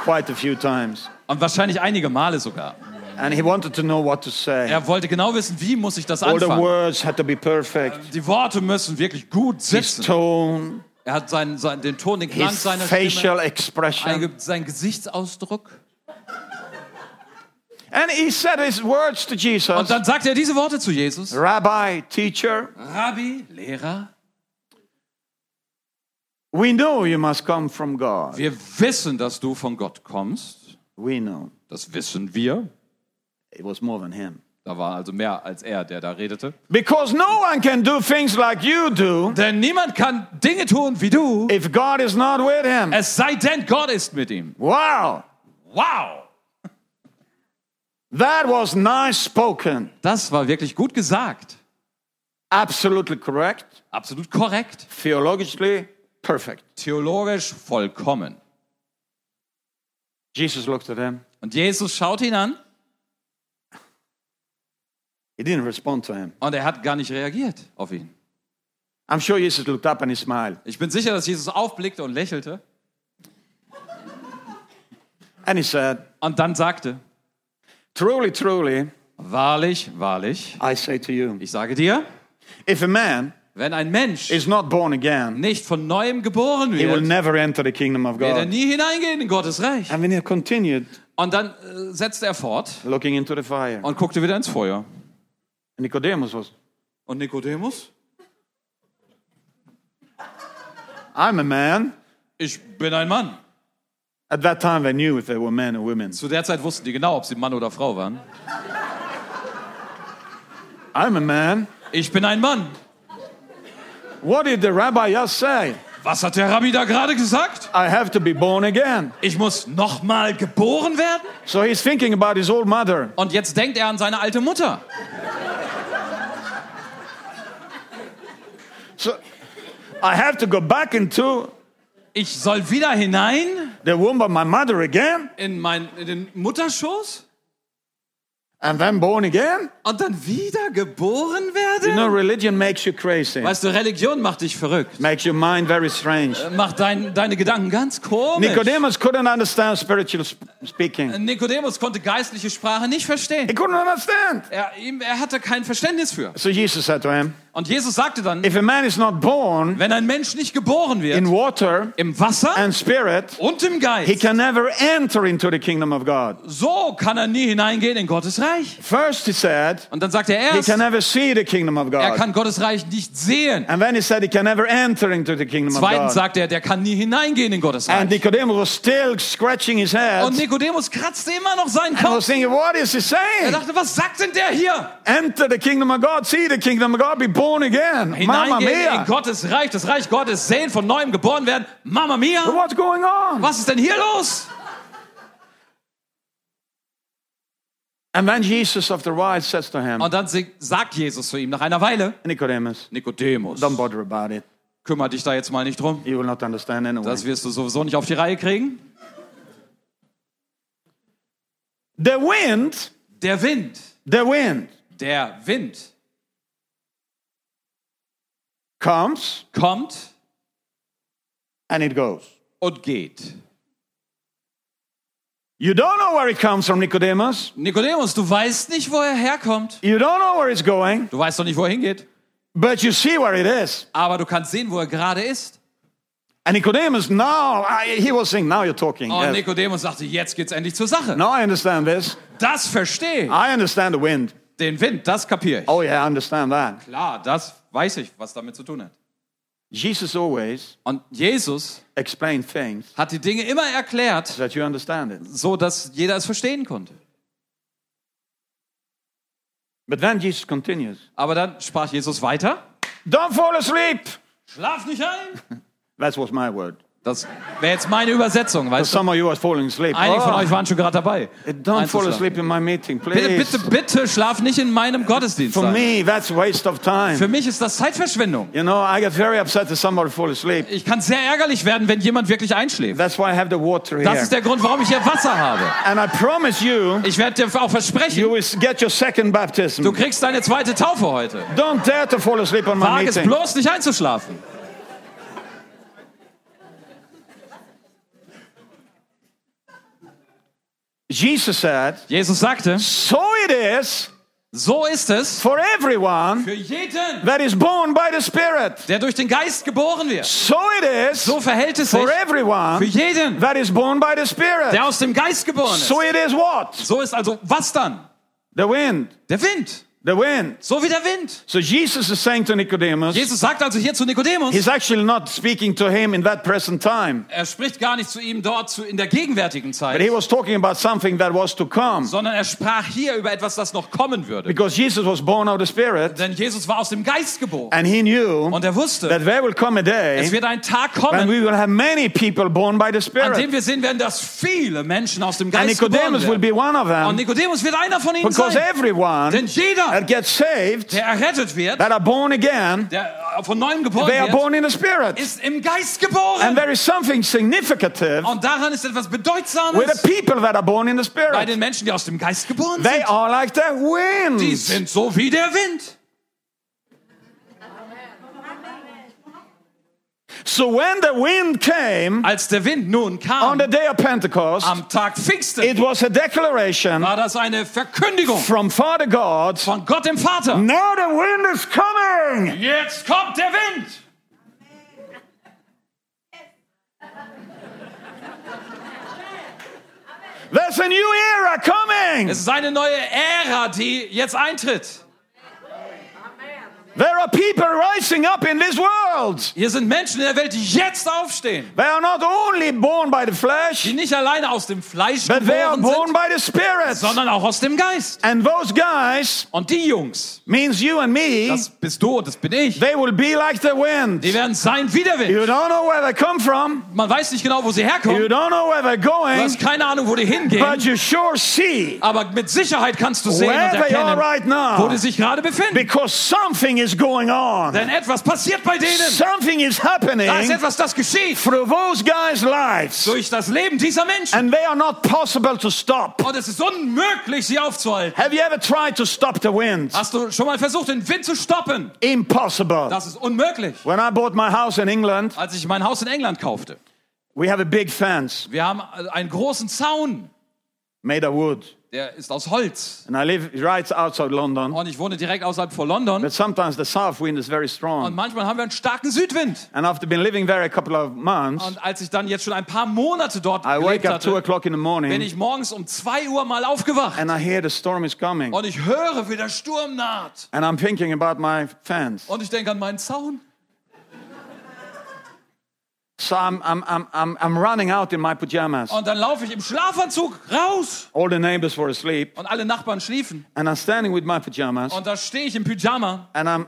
quite a few times.
Und wahrscheinlich einige Male sogar.
And he wanted to know what to say.
Er wollte genau wissen, wie muss ich das
All the
anfangen.
words had to be perfect.
Die Worte müssen wirklich gut
His
sitzen.
tone,
Er hat seinen, seinen, den Ton, den Klang
his
seiner Stimme,
facial expression.
einge- seinen Gesichtsausdruck.
And he said his words to
Und
Jesus
dann sagt er diese Worte zu Jesus.
Rabbi, teacher,
Rabbi, Lehrer,
we know you must come from God.
wir wissen, dass du von Gott kommst.
We know.
Das wissen wir.
It was more than him.
Da war also mehr als er, der da redete.
Because no one can do things like you do
Denn niemand kann Dinge tun wie du,
if God is not with him.
es sei denn, Gott ist mit ihm.
Wow,
Wow!
that was nice spoken.
Das war wirklich gut gesagt.
Absolutely correct.
Absolut korrekt.
Theologically perfect.
Theologisch vollkommen.
Jesus looked at him.
Und Jesus schaut ihn an
He didn't respond to him.
und er hat gar nicht reagiert auf ihn.
I'm sure Jesus looked up and he smiled.
Ich bin sicher, dass Jesus aufblickte und lächelte
And he said,
und dann sagte,
Truly, truly,
wahrlich, wahrlich,
I say to you,
ich sage dir,
if a man
wenn ein Mensch
is not born again,
nicht von neuem geboren
he will
wird,
never enter the kingdom of
wird er
God.
nie hineingehen in Gottes Reich.
And then he continued
Und dann äh, setzte er fort
looking into the fire.
und guckte wieder ins Feuer.
Nicodemus was,
Und Nikodemus?
I'm a man.
Ich bin ein Mann.
At that time, they knew if they were men or women.
Zu der Zeit wussten die genau, ob sie Mann oder Frau waren.
I'm a man.
Ich bin ein Mann.
What did the rabbi just say?
Was hat der Rabbi da gerade gesagt?
I have to be born again.
Ich muss nochmal geboren werden?
So he's thinking about his old mother.
Und jetzt denkt er an seine alte Mutter.
So I have to go back into
Ich soll wieder hinein
the womb of my mother again
in, mein, in den Mutterschoß
and then born again?
und dann wieder geboren
You know,
werden?
religion makes you crazy,
Weißt du, Religion macht dich verrückt.
makes your mind very strange.
Macht dein, deine Gedanken ganz komisch.
Nicodemus couldn't understand spiritual sp- speaking.
Nikodemus konnte geistliche Sprache nicht
He
verstehen.
couldn't understand.
Er, ihm, er hatte kein Verständnis für.
So Jesus said to him,
Und Jesus sagte dann,
If a man is not born
wenn ein Mensch nicht geboren wird,
in water
im Wasser
and spirit,
und im
he
Geist,
can never enter into the kingdom of God.
so kann er nie hineingehen in Gottes Reich.
First, he said,
Und dann sagt er
he
erst,
can never see the kingdom of
er
God.
kann Gottes Reich nicht sehen.
And then he said he can never enter into the kingdom of God.
Zweitens sagt er, der kann nie hineingehen in Gottes
And
Reich.
Nicodemus was still scratching his head.
Und Nikodemus kratzte immer noch seinen
I was
Kopf.
thinking, what is he
Er
saying?
dachte, was sagt denn der hier?
Enter the kingdom of God, see the kingdom of God, be born again. Mamma
Hineingehen in
mia.
Gottes Reich, das Reich Gottes sehen, von neuem geboren werden. Mama mia,
What's going on?
was ist denn hier los?
And then Jesus after a while says to him,
Und dann se- sagt Jesus zu ihm nach einer Weile,
Nicodemus,
Nikodemus,
don't bother about it.
kümmere dich da jetzt mal nicht drum.
You will not understand anyway.
Das wirst du sowieso nicht auf die Reihe kriegen.
The wind,
Der Wind,
the wind
der Wind
comes
kommt
and it goes.
und geht.
You don't know where it comes from, Nicodemus.
Nikodemus, du weißt nicht, wo er herkommt.
You don't know where it's going,
Du weißt doch nicht, wo er hingeht.
but you see where it is.
Aber du kannst sehen, wo er gerade ist.
And Nicodemus, now I, he was saying, now you're talking.
Und
yes.
Nikodemus sagte, jetzt geht's endlich zur Sache.
now I understand this.
Das verstehe ich.
I understand the wind.
Den Wind, das kapiere ich.
Oh yeah, I understand that.
Klar, das weiß ich, was damit zu tun hat.
Jesus always
Und Jesus
explained things
hat die Dinge immer erklärt,
so that you understand it.
so dass jeder es verstehen konnte.
But then Jesus continues.
Aber dann sprach Jesus weiter.
Don't fall asleep.
Schlaf nicht ein.
That was my word.
Das wäre jetzt meine Übersetzung, weißt du?
Some of you are falling asleep.
Einige von
Oh, eh,
euch waren schon gerade dabei.
don't fall
einzuschlafen.
asleep in my meeting, please.
Bitte, bitte, bitte schlaf nicht in meinem Gottesdienst
For
ein.
me, that's waste of time.
Für mich ist das Zeitverschwendung.
You know, I get very upset if somebody falls asleep.
Ich kann sehr ärgerlich werden, wenn jemand wirklich einschläft.
That's why I have the water
Das
here.
ist der Grund, warum ich hier Wasser habe.
And I promise you,
Ich werde dir auch versprechen,
you will get your second
Du
baptism.
kriegst deine zweite Taufe heute.
Don't dare to fall asleep on my
Wag es
meeting.
bloß nicht einzuschlafen.
Jesus said,
Jesus sagte,
So it is
so ist es
for everyone
für jeden,
that is born by the Spirit.
der durch den Geist geboren wird.
So it is
So verhält es sich
for
für
everyone
jeden,
that is born by the Spirit.
der aus dem Geist geboren ist.
So it is what?
So ist also was dann?
The wind.
Der Wind.
The wind.
So wie der Wind.
So Jesus is saying to Nicodemus,
Jesus sagt also hier zu Nikodemus,
He's actually not speaking to him in that present time,
er spricht gar nicht zu ihm dort zu, in der gegenwärtigen
but he
Zeit,
was talking about something that was to come.
sondern er sprach hier über etwas, das noch kommen würde.
Because Jesus was born of the Spirit,
Denn Jesus war aus dem Geist geboren
and he knew
und er wusste,
that there will come a
es
day
wird ein Tag
when
kommen,
we will have many people born by the
an
Spirit.
dem wir sehen werden, dass viele Menschen aus dem
And
Geist geboren
Nicodemus will
werden.
be one of them
Und Nikodemus wird einer von ihnen
because
sein. Denn
everyone
jeder,
that gets saved,
der errettet wird,
that are born again,
der äh, von neuem geboren
they are
wird,
born in the Spirit.
ist im Geist
And
geboren.
there is something significant
Und daran ist etwas
with the
Bedeutsames
people that are born in the
bei
Spirit.
den Menschen, die aus dem Geist geboren
They
sind.
are like the
Die
wind.
sind so wie der Wind.
So when the wind came
Als der Wind nun
on
kam,
the day of Pentecost,
am Tag Pfingsten,
it was a declaration
war das eine Verkündigung
from Oh. Father God.
von Gott dem Vater.
Now the wind is coming.
Jetzt kommt der Wind.
There's a new era coming.
Es ist eine neue Ära, die jetzt eintritt.
There are people rising up in this world.
Hier sind Menschen in der Welt, die jetzt aufstehen,
They are not only born by the flesh,
die nicht alleine aus dem Fleisch
but they are
geboren
born
sind,
by the spirit.
sondern auch aus dem Geist.
And those guys,
Und die Jungs,
means you and me,
das bist du und das bin ich,
they will be like the wind.
die werden sein wie der Wind.
You don't know where they come from,
Man weiß nicht genau, wo sie
you
herkommen,
don't know where they're
du
going,
hast keine Ahnung, wo die
but
hingehen,
you sure see
aber mit Sicherheit kannst du sehen und
where they are
erkennen,
right
wo die
now.
sich gerade befinden.
Because something is going on.
Denn etwas passiert bei denen.
Something is
Da ist
happening
etwas, das geschieht
through those guys' lives.
durch das Leben dieser Menschen.
And they are not possible to stop.
Und es ist unmöglich, sie aufzuhalten.
Have you ever tried to stop the wind?
Hast du schon mal versucht, den Wind zu stoppen?
Impossible.
Das ist unmöglich.
When I bought my house in England,
Als ich mein Haus in England kaufte,
we have a big fence
wir haben einen großen Zaun,
made of wood.
der ist aus Holz.
And I live right outside London.
Und ich wohne direkt außerhalb von London.
But sometimes the south wind is very
Und
strong.
manchmal haben wir einen starken Südwind.
And after being living there a couple of months,
Und als ich dann jetzt schon ein paar Monate dort
I wake
gelebt
up two
hatte,
o'clock in the
bin
morning
ich morgens um 2 Uhr mal aufgewacht.
and I hear the storm is coming.
Und ich höre, wie der Sturm naht.
And I'm thinking about my fence.
Und ich denke an meinen Zaun.
So I'm, I'm, I'm, I'm, I'm running out in my pajamas.
Und dann laufe ich im Schlafanzug raus.
All the neighbors were asleep.
Und alle Nachbarn schliefen.
And I'm standing with my pajamas
Und da stehe ich im Pyjama
and I'm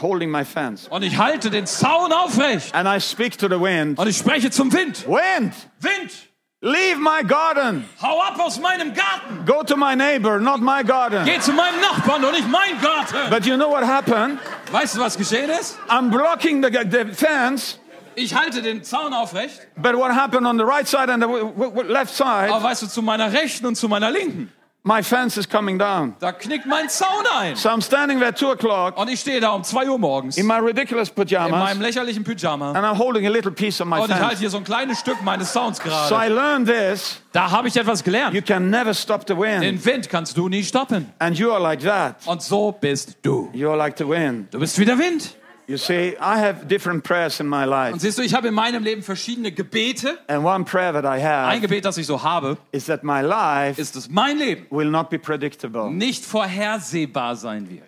holding my fence.
und ich halte den Zaun aufrecht.
And I speak to the wind.
Und ich spreche zum Wind.
Wind,
Wind,
leave my garden.
hau ab aus meinem Garten.
Go to my neighbor, not my garden.
Geh zu meinem Nachbarn und nicht mein Garten.
But you know what happened?
Weißt du, was geschehen ist?
I'm blocking the, the fence.
Ich halte den Zaun aufrecht.
But what happened on the right side and the w- w- left side,
Aber weißt du, zu meiner Rechten und zu meiner Linken,
my fence is coming down.
da knickt mein Zaun ein.
So I'm standing there at 2 o'clock
Und ich stehe da um 2 Uhr morgens
in
in
my ridiculous
meinem
pajamas
lächerlichen Pyjama.
and I'm holding a little piece of my
Und ich halte
fence.
hier so ein kleines Stück meines Zauns
So
gerade.
I learned this.
Da habe ich etwas
You
gelernt.
can never stop the wind.
Den Wind kannst du nie stoppen.
And you are like that.
Und so bist du.
You are like the wind.
Du bist wie der Wind.
You see, I have different prayers in my
Und
life.
siehst du, ich habe in meinem Leben verschiedene Gebete.
And one prayer that I
Ein
have
Gebet, das ich so habe,
is that my life
ist, dass mein Leben
will not be predictable.
nicht vorhersehbar sein wird.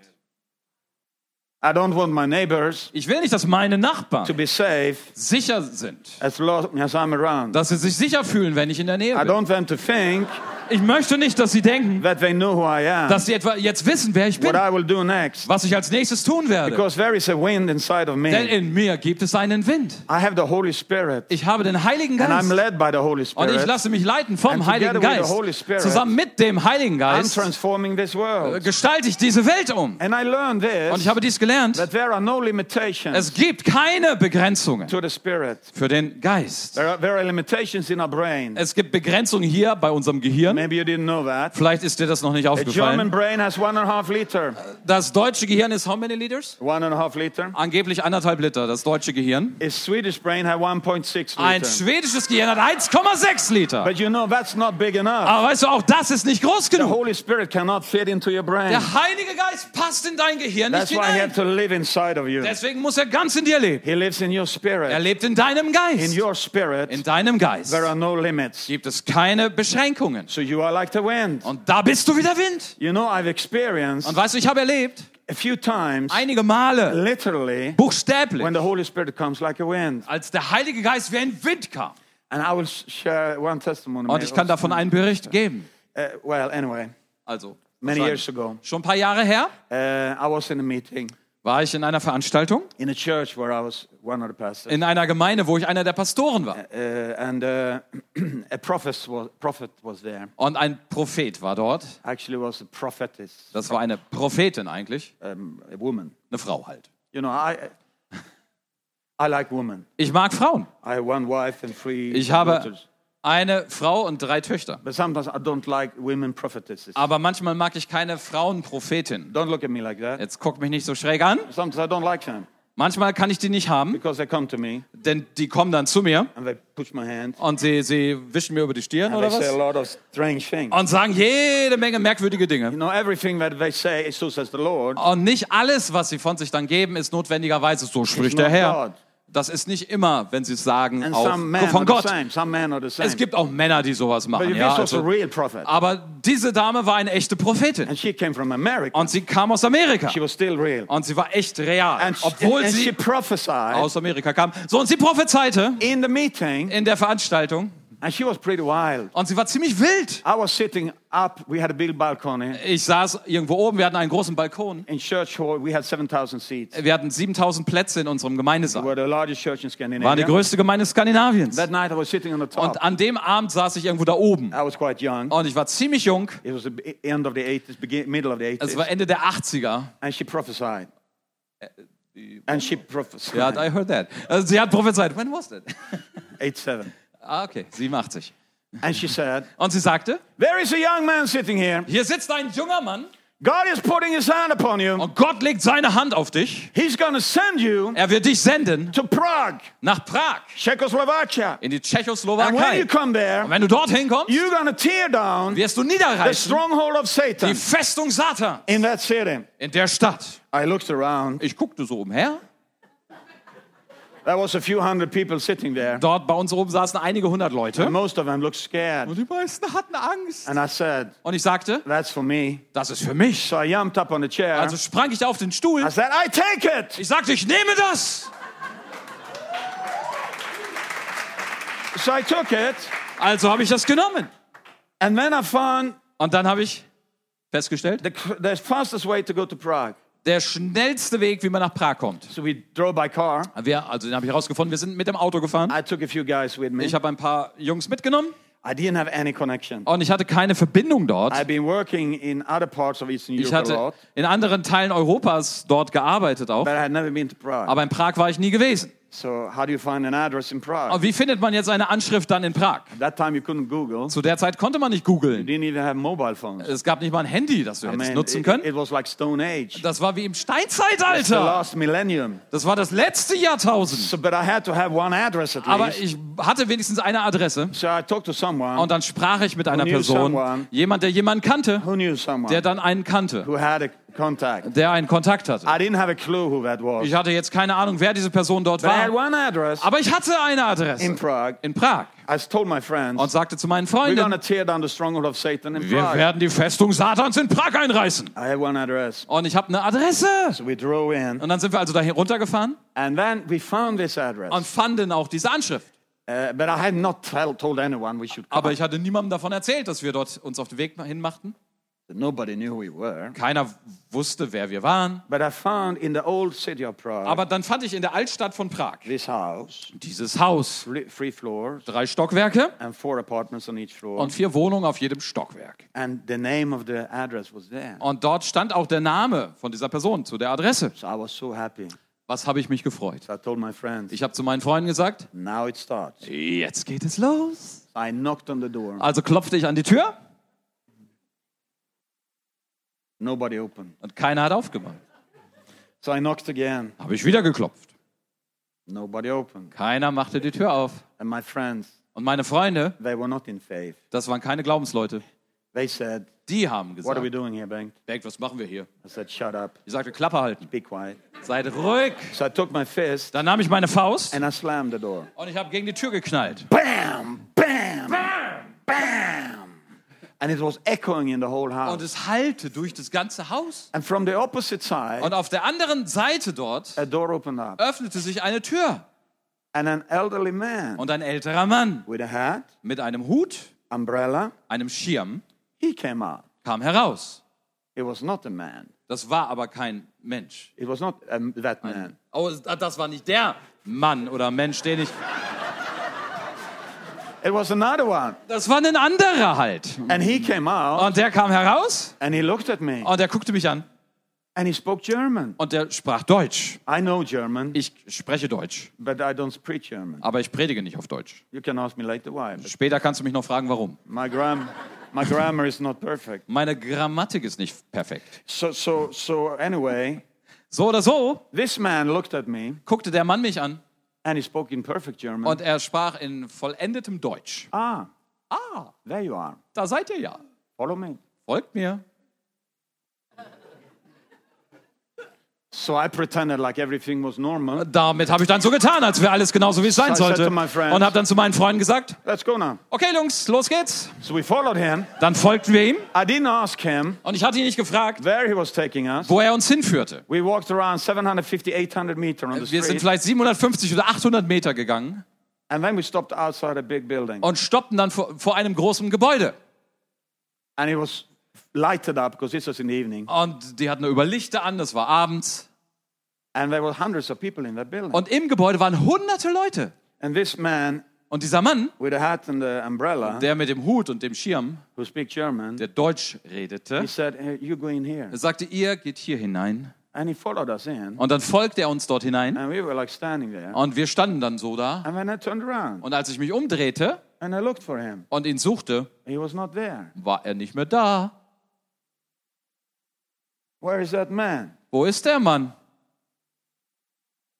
I don't want my neighbors
Ich will nicht, dass meine
to
Nachbarn
be safe
sicher sind,
as long as I'm around.
dass sie sich sicher fühlen, wenn ich in der Nähe
I
bin.
don't want them to think
Ich möchte nicht, dass sie denken,
that they know who I am,
dass sie etwa jetzt wissen, wer ich
what
bin,
I will do next,
was ich als nächstes tun werde.
because there is a wind inside of
Denn
me.
in mir gibt es einen Wind.
I have the Holy Spirit,
Ich habe den Heiligen
and I'm
Geist
led by the Holy
und ich
Spirit.
lasse mich leiten
And
vom
together
Heiligen
with the
Geist.
Holy Spirit,
Zusammen mit dem Heiligen
I'm
Geist
transforming this world.
gestalte ich diese Welt um.
And I learned
Und ich
this
habe dies gelernt.
that there are no limitations
Es gibt keine Begrenzungen
to the Spirit.
für den Geist.
There are, there are limitations in our brain.
Es gibt Begrenzungen hier bei unserem Gehirn.
Maybe you didn't know that.
Vielleicht ist dir das noch nicht
The German
aufgefallen.
brain has one and a half liter.
Das deutsche Gehirn ist how many liters?
One and a half liter.
Angeblich anderthalb Liter, das deutsche Gehirn.
A Swedish brain had 1.6
Ein
liter.
schwedisches Gehirn hat 1,6 Liter.
But you know, that's not big enough.
Aber weißt du, auch das ist nicht groß
The
genug.
Holy Spirit cannot fit into your brain.
Der Heilige Geist passt in dein Gehirn nicht
That's why He had
hinein.
to live inside of you.
Deswegen muss er ganz in dir leben.
He lives in your
Er
spirit.
lebt in deinem
In
Geist.
your spirit,
In deinem Geist
there are no limits.
gibt es keine Beschränkungen.
So you are like the wind.
Und da bist du wie der Wind.
You know, I've experienced
Und weißt du, ich habe erlebt,
a few times,
einige Male,
literally,
buchstäblich,
when the Holy Spirit comes like a wind.
als der Heilige Geist wie ein Wind kam.
And I will share one testimony.
Und ich kann davon einen Bericht geben.
Uh, well, anyway,
Also,
many
wahrscheinlich.
years ago,
schon ein paar Jahre her
uh, I was in a meeting
war ich in einer Veranstaltung,
in a church where I was one of the pastors.
in einer Gemeinde, wo ich einer der Pastoren war.
Uh, and uh, a prophet was, prophet was there.
Und ein Prophet war dort.
Actually, it was a prophetess,
Das war eine Prophetin eigentlich,
um, a woman.
eine Frau halt.
You know, I, I like women.
Ich mag Frauen.
I have one wife and three
Ich habe
daughters.
eine Frau und drei Töchter.
But sometimes I don't like women prophetesses.
Aber manchmal mag ich keine Frauenprophetin.
Don't look at me like that.
Jetzt guck mich nicht so schräg an.
Sometimes I don't like them
Manchmal kann ich die nicht haben,
because they come to me
denn die kommen dann zu mir
and they push my hand
und sie, sie wischen mir über die Stirn
and
oder
they say a
Ah, was
lot
Ah.
of strange things.
und sagen jede Menge merkwürdige
You
Dinge.
know, everything that they say is so says the Lord.
Ah, Und nicht alles, was sie von sich dann geben, ist notwendigerweise so spricht der
not
Herr.
God.
Das ist nicht immer, wenn sie es sagen,
And
auch
some men are
von
the
Gott.
same. Some men are the same.
Es gibt auch Männer, die sowas
But
machen.
this
Ja,
was a
also,
real prophet.
aber diese Dame war eine echte Prophetin.
And she came from America.
Und sie kam aus Amerika.
She was still real.
Und sie war echt real.
And she,
Obwohl
and she
sie
prophesied
aus Amerika kam. So, und sie prophezeite
in the meeting,
in der Veranstaltung.
and she was pretty wild.
Und sie war ziemlich wild.
I was sitting up. We had a big balcony.
Ich saß irgendwo oben, wir hatten einen großen Balkon.
In church hall, we had 7,000 seats.
Wir hatten 7000 Plätze in unserem
We
Gemeindesaal.
were the largest church in
War die
Scandinavia.
größte Gemeinde Skandinaviens.
That night I was sitting on the top.
Und an dem Abend saß ich irgendwo da oben.
I was quite young.
Und ich war ziemlich jung.
It was the be- end of the 80s, begin, middle of the
Es war
80s.
Ende der 80er.
And she prophesied. And she prophesied.
Ja, I heard that. Also sie hat prophezeit. When was that?
87.
Ah, okay, 87.
And she said,
Und sie sagte,
There is a young man sitting here.
hier sitzt ein junger Mann
God is putting his hand upon you.
und Gott legt seine Hand auf dich.
He's going to send you
Er wird dich senden
to Prague,
nach Prag,
Czechoslovakia.
in
And
die
when
Tschechoslowakei.
you
Und
come there,
wenn du dorthin kommst,
you're going to tear down
wirst du
the
niederreißen
stronghold of
die
Satan
Festung Satan
in that city.
in der Stadt.
I looked around.
Ich guckte so umher.
There was a few hundred people sitting there.
Dort bei uns oben saßen einige hundert Leute.
Most of them looked scared.
Und die meisten hatten Angst.
And I said,
Und ich sagte,
That's for me.
das ist für mich.
So I jumped up on the chair.
Also sprang ich auf den
I
Stuhl.
said, I take it.
Ich sagte, ich nehme das.
So I took it.
Also habe ich das genommen.
And then I found
Und dann habe ich festgestellt,
the, the fastest way to go to Prague.
der schnellste Weg, wie man nach Prag kommt.
So we drove by car.
Wir, also den habe ich herausgefunden, wir sind mit dem Auto gefahren.
I took a few guys with me.
Ich habe ein paar Jungs mitgenommen
I didn't have any connection.
und ich hatte keine Verbindung dort.
I've been working in other parts of Eastern
Ich
Europe a
hatte
lot,
in anderen Teilen Europas dort gearbeitet auch,
but I had never been to Prague.
aber in Prag war ich nie gewesen.
so how do you find an address in Prague?
Und wie findet man jetzt eine Anschrift dann in Prag?
that time you couldn't Google.
Zu der Zeit konnte man nicht googeln.
You didn't even have mobile phones.
Es gab nicht mal ein Handy, das du hättest
Man,
nutzen
it,
können.
it was like Stone Age.
Das war wie im
It's the
Steinzeitalter.
last millennium.
Das war das letzte Jahrtausend.
So, but I had to have one address at
Aber
least.
ich hatte wenigstens eine Adresse.
so I talked to someone
Und dann sprach ich mit einer
knew
Person,
someone.
jemand, der jemanden kannte,
who knew someone
der dann einen kannte,
who had a contact.
der einen Kontakt hatte.
I didn't have a clue who that was.
Ich hatte jetzt keine Ahnung, wer diese Person dort
But I had
war.
one address
Aber ich hatte eine
in
Adresse
Prague.
in Prag
I told my friends,
und sagte zu meinen
we're going
Freunden,
to tear down the stronghold of Satan in
wir
Prague.
werden die Festung Satans in Prag einreißen.
I had one address.
Und ich habe eine Adresse.
So we drove in,
Und dann sind wir also da runtergefahren
and then we found this address.
und fanden auch diese Anschrift.
Uh, but I had not tell, told anyone we should come.
Aber ich hatte niemandem davon erzählt, dass wir dort uns auf den Weg hinmachten.
Nobody knew who we were.
Keiner wusste, wer wir waren.
But I found in the old city of Prague
Aber dann fand ich in der Altstadt von Prag
this house,
dieses Haus.
three, three floors
Drei Stockwerke
and four apartments on each floor.
und vier Wohnungen auf jedem Stockwerk.
and the name of the address was there.
Und dort stand auch der Name von dieser Person zu der Adresse.
So I was so happy.
Was habe ich mich gefreut?
So I told my friends,
Ich habe zu meinen Freunden gesagt,
now it starts.
jetzt geht es los.
I knocked on the door.
Also klopfte ich an die Tür
Nobody opened.
und keiner hat aufgemacht.
So I knocked again.
Habe ich wieder geklopft.
Nobody opened.
Keiner machte die Tür auf.
And my friends,
Und meine Freunde,
they were not in faith.
das waren keine Glaubensleute,
They said,
die haben
What are we
gesagt,
doing here, Bengt?
Berg, was machen wir hier?
I said, Shut up.
Ich sagte, Klappe halten.
Be quiet.
Seid ruhig.
So I took my fist
Dann nahm ich meine Faust
and I slammed the door.
und ich habe gegen die Tür geknallt.
Bam! Bam! Bam! Bam! And it was echoing in the whole
Und
house.
es hallte durch das ganze Haus.
And from the opposite side,
Und auf der anderen Seite dort
a door opened up.
öffnete sich eine Tür.
And an elderly man
Und ein älterer Mann
with a hat,
mit einem Hut,
umbrella,
einem Schirm,
he came out.
kam heraus.
It was not a man.
Das war aber kein Mensch.
It was not um, that man.
Oh, das war nicht der Mann oder Mensch, den ich.
It was another one.
Das war ein anderer halt.
And he came out
Und der kam heraus
and he looked at me
und der guckte mich an
and he spoke German.
und der sprach Deutsch.
I know German,
Ich spreche Deutsch,
but I don't speak German.
aber ich predige nicht auf Deutsch.
You can ask me later why. But
Später kannst du mich noch fragen, warum.
my, gram- my grammar is not perfect.
Meine Grammatik ist nicht perfekt.
So, so, so, anyway,
So oder so
this man looked at me
guckte der Mann mich an
and he spoke in perfect German.
und er sprach in vollendetem Deutsch.
ah,
Ah,
there you are.
da seid ihr ja.
Follow me.
Folgt mir.
So I pretended like everything was normal.
Damit habe ich dann so getan, als wäre alles genauso, wie es sein
So I said
sollte.
to my friends-
Und habe dann zu meinen Freunden gesagt,
Let's go now.
okay Jungs, los geht's.
So we followed him.
Dann folgten wir ihm
I didn't ask him
und ich hatte ihn nicht gefragt,
where he was taking us.
wo er uns hinführte.
We walked around 750, 800 meters on the
Wir sind
street.
vielleicht 750 oder 800 Meter gegangen
And then we stopped outside a big building.
und stoppten dann vor, vor einem großen Gebäude.
And it was lighted up because this was in the evening.
Und die hatten nur über Lichter an, das war abends.
And there were hundreds of people in that building.
Und im Gebäude waren hunderte Leute.
And this man
Und dieser Mann,
with a hat and the umbrella,
der mit dem Hut und dem Schirm,
who speaks German,
der Deutsch
he
redete,
said, hey, You go in here.
sagte, ihr geht hier hinein.
And he followed us in.
Und dann folgte er uns dort hinein.
And we were like standing there.
Und wir standen dann so da.
And then I turned around
Und als ich mich umdrehte
and I looked for him.
und ihn suchte,
He was not there.
war er nicht mehr da.
Where is that man?
Wo ist der Mann?